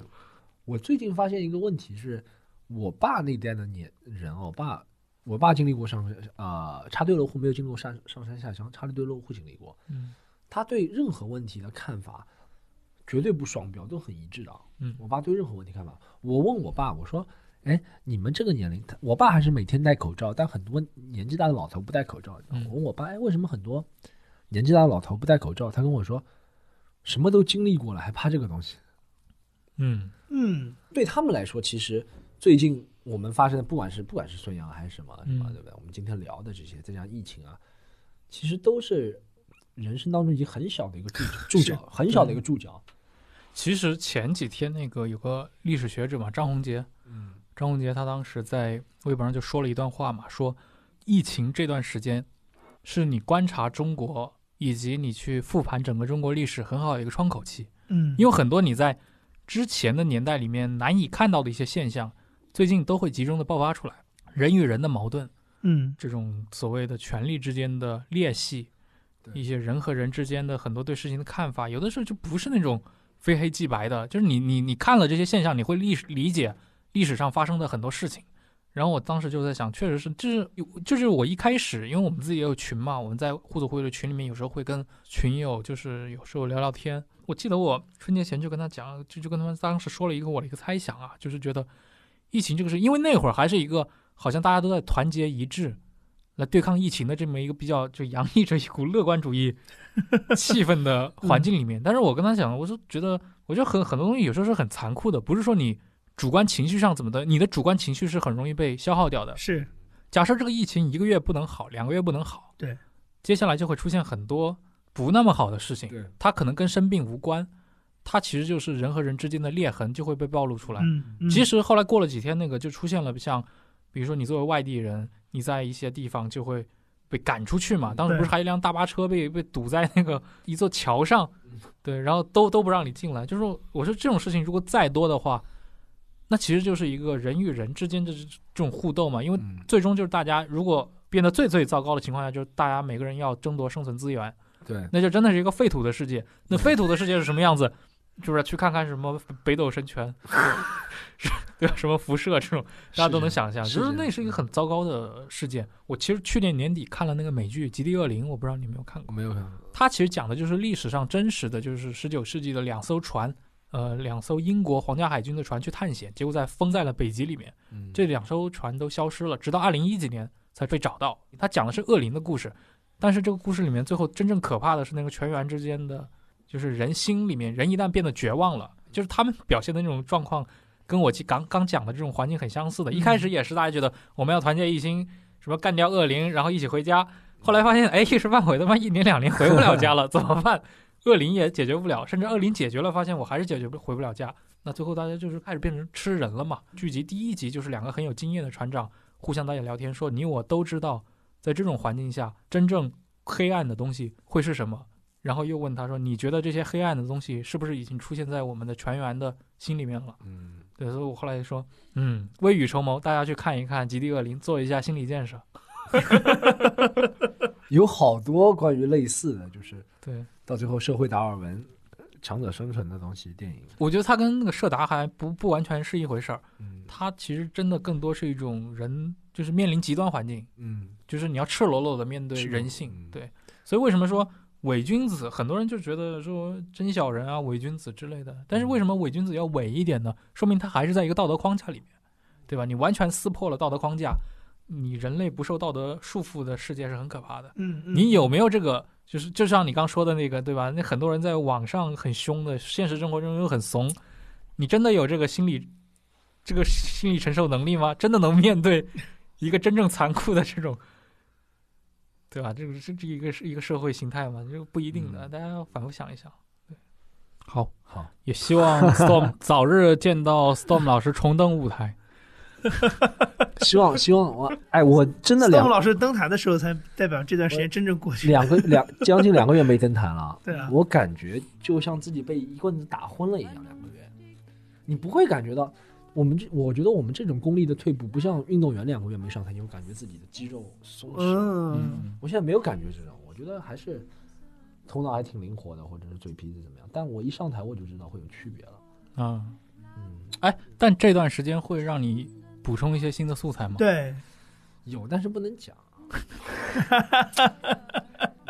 Speaker 2: 我最近发现一个问题是，我爸那代的年人哦，我爸我爸经历过上啊、插队落户没有经历过上上山下乡，插队落户经历过，
Speaker 3: 嗯
Speaker 2: 他对任何问题的看法绝对不双标，都很一致的啊。
Speaker 3: 嗯
Speaker 2: 我爸对任何问题看法，我问我爸，我说。哎，你们这个年龄，他我爸还是每天戴口罩，但很多年纪大的老头不戴口罩。
Speaker 3: 嗯
Speaker 2: 我问我爸，哎，为什么很多年纪大的老头不戴口罩？他跟我说，什么都经历过了，还怕这个东西？
Speaker 3: 嗯
Speaker 4: 嗯，
Speaker 2: 对他们来说，其实最近我们发生的，不管是不管是孙杨还是什么什么，
Speaker 3: 嗯
Speaker 2: 对不对？我们今天聊的这些，再加上疫情啊，其实都是人生当中已经很小的一个 [LAUGHS] 注脚注脚，很小的一个注脚。
Speaker 3: 其实前几天那个有个历史学者嘛，张宏杰，
Speaker 2: 嗯
Speaker 3: 张宏杰他当时在微博上就说了一段话嘛，说疫情这段时间是你观察中国以及你去复盘整个中国历史很好的一个窗口期，
Speaker 4: 嗯，
Speaker 3: 因为很多你在之前的年代里面难以看到的一些现象，最近都会集中的爆发出来，人与人的矛盾，
Speaker 4: 嗯
Speaker 3: 这种所谓的权力之间的裂隙，
Speaker 2: 对
Speaker 3: 一些人和人之间的很多对事情的看法，有的时候就不是那种非黑即白的，就是你你你看了这些现象，你会历史理解历史上发生的很多事情。然后我当时就在想，确实是，就是有就是我一开始，因为我们自己也有群嘛，我们在互助会的群里面，有时候会跟群友就是有时候聊聊天。我记得我春节前就跟他讲，就就跟他们当时说了一个我的一个猜想啊，就是觉得疫情这个事，因为那会儿还是一个好像大家都在团结一致来对抗疫情的这么一个比较就洋溢着一股乐观主义气氛的环境里面。但是我跟他讲，我是觉得，我觉得很很多东西有时候是很残酷的，不是说你主观情绪上怎么的，你的主观情绪是很容易被消耗掉的。
Speaker 4: 是
Speaker 3: 假设这个疫情一个月不能好，两个月不能好，
Speaker 4: 对，
Speaker 3: 接下来就会出现很多不那么好的事情。
Speaker 2: 对，
Speaker 3: 它可能跟生病无关，它其实就是人和人之间的裂痕就会被暴露出来。
Speaker 4: 嗯，嗯
Speaker 3: 其实后来过了几天，那个就出现了像，比如说你作为外地人，你在一些地方就会被赶出去嘛。当时不是还有一辆大巴车被被堵在那个一座桥上， [LAUGHS] 对，然后都都不让你进来。就是我说这种事情如果再多的话，那其实就是一个人与人之间的这这种互动嘛。因为
Speaker 2: 嗯，
Speaker 3: 最终就是大家如果变得最最糟糕的情况下，就是大家每个人要争夺生存资源，
Speaker 2: 对，
Speaker 3: 那就真的是一个废土的世界。那废土的世界是什么样子？就是去看看什么北斗神拳， [LAUGHS] 是对吧？什么辐射这种，大家都能想象。
Speaker 2: 是嗯
Speaker 3: 就是
Speaker 2: 这
Speaker 3: 那
Speaker 2: 样
Speaker 3: 是一个很糟糕的世界。我其实去年年底看了那个美剧《极地恶灵》，我不知道你有没有看过。
Speaker 2: 我没有看过，
Speaker 3: 它其实讲的就是历史上真实的，就是十九世纪的两艘船，呃，两艘英国皇家海军的船去探险，结果在封在了北极里面。
Speaker 2: 嗯，
Speaker 3: 这两艘船都消失了，直到二零一几年才被找到。他讲的是恶灵的故事，但是这个故事里面最后真正可怕的是那个船员之间的，就是人心里面，人一旦变得绝望了，就是他们表现的那种状况，跟我其刚刚讲的这种环境很相似的。一开始也是大家觉得我们要团结一心，什么干掉恶灵，然后一起回家。后来发现，哎，一时半会他妈一年两年回不了家了，怎么办？恶灵也解决不了，甚至恶灵解决了，发现我还是解决不回不了家。那最后大家就是开始变成吃人了嘛。剧集第一集就是两个很有经验的船长互相搭姐聊天，说你我都知道，在这种环境下，真正黑暗的东西会是什么。然后又问他说：“你觉得这些黑暗的东西是不是已经出现在我们的船员的心里面了
Speaker 2: 嗯，？”
Speaker 3: 对，所以我后来说：“嗯，未雨绸缪，大家去看一看《极地恶灵》，做一下心理建设。
Speaker 2: 有好多关于类似的，就是”
Speaker 3: 对，
Speaker 2: 到最后社会达尔文、强者生存的东西，电影，
Speaker 3: 我觉得他跟那个社达还不不完全是一回事儿，
Speaker 2: 嗯
Speaker 3: 他其实真的更多是一种人，就是面临极端环境，
Speaker 2: 嗯， [LAUGHS]
Speaker 3: 就是你要赤裸裸的面对
Speaker 2: 赤裸
Speaker 3: 人性，
Speaker 2: 嗯
Speaker 3: 对。所以为什么说伪君子？很多人就觉得说真小人啊、伪君子之类的。但是为什么伪君子要伪一点呢？说明他还是在一个道德框架里面，对吧？你完全撕破了道德框架，你人类不受道德束缚的世界是很可怕的。
Speaker 4: 嗯，嗯
Speaker 3: 你有没有这个？就是就像你刚说的那个，对吧？那很多人在网上很凶的，现实生活中又很怂，你真的有这个心理，这个心理承受能力吗？真的能面对一个真正残酷的这种，对吧？这个这这一个是一个社会形态嘛，这个不一定的，
Speaker 2: 嗯
Speaker 3: 大家要反复想一想。对，好，
Speaker 2: 好，
Speaker 3: 也希望
Speaker 4: [LAUGHS]
Speaker 3: Storm 早日见到 Storm 老师重登舞台。
Speaker 2: 希望希望我，哎，我真的
Speaker 4: Storm
Speaker 2: 两
Speaker 4: 老师登台的时候，才代表这段时间真正过去。
Speaker 2: [LAUGHS] 两个两将近两个月没登坛了，
Speaker 4: [LAUGHS] 对啊
Speaker 2: 我感觉就像自己被一棍子打昏了一样，两个月，你不会感觉到。我们这，我觉得我们这种功力的退步，不像运动员两个月没上台，你会感觉自己的肌肉松弛。
Speaker 4: 嗯，
Speaker 2: 我现在没有感觉这种，我觉得还是头脑还挺灵活的，或者是嘴皮子怎么样。但我一上台我就知道会有区别了。
Speaker 3: 啊、
Speaker 2: 嗯，
Speaker 3: 哎，但这段时间会让你补充一些新的素材吗？
Speaker 4: 对，
Speaker 2: 有，但是不
Speaker 4: [LAUGHS]
Speaker 2: 能讲，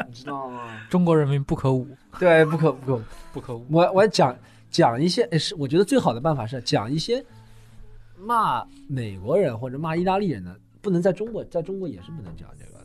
Speaker 2: 你知道吗？
Speaker 3: 中国人民不可侮，
Speaker 2: 对，不可不可
Speaker 3: 不可侮。
Speaker 2: 我我讲讲一些诶是，我觉得最好的办法是讲一些骂美国人或者骂意大利人的，不能在中国，在中国也是不能讲这个的。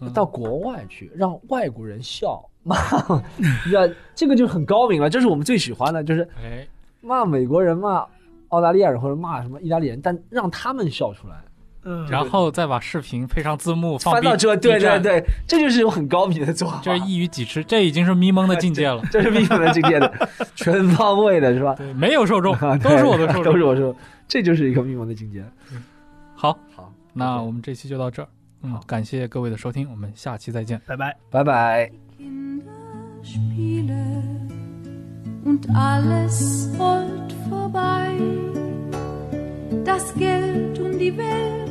Speaker 3: 嗯
Speaker 2: 到国外去让外国人笑骂， [LAUGHS] 让这个就很高明了，这是我们最喜欢的，就是
Speaker 3: 哎，
Speaker 2: 骂美国人、骂澳大利亚人或者骂什么意大利人，但让他们笑出来，
Speaker 4: 嗯，
Speaker 3: 然后再把视频配上字幕，放
Speaker 2: 翻到
Speaker 3: B-
Speaker 2: 这，对
Speaker 3: B
Speaker 2: 对
Speaker 3: 站，
Speaker 2: 对，这就是一种很高明的做法，
Speaker 3: 这是一语几吃，这已经是咪蒙的境界了。
Speaker 2: [LAUGHS] 这是民主的境
Speaker 3: [LAUGHS]
Speaker 2: 界的全方位的是吧？，
Speaker 3: 对，没有受众
Speaker 2: [LAUGHS]
Speaker 3: 都是我的受
Speaker 2: 都是
Speaker 3: 众。
Speaker 2: 我说，这就是一个密蒙的境界。
Speaker 3: 好，
Speaker 2: 好，
Speaker 3: 那我们这期就到这儿。嗯
Speaker 2: 好，
Speaker 3: 感谢各位的收听，我们下期再见。
Speaker 4: 拜拜。
Speaker 2: 拜拜。
Speaker 5: Kinderspiele und alles rollt vorbei. Das Geld und die Welt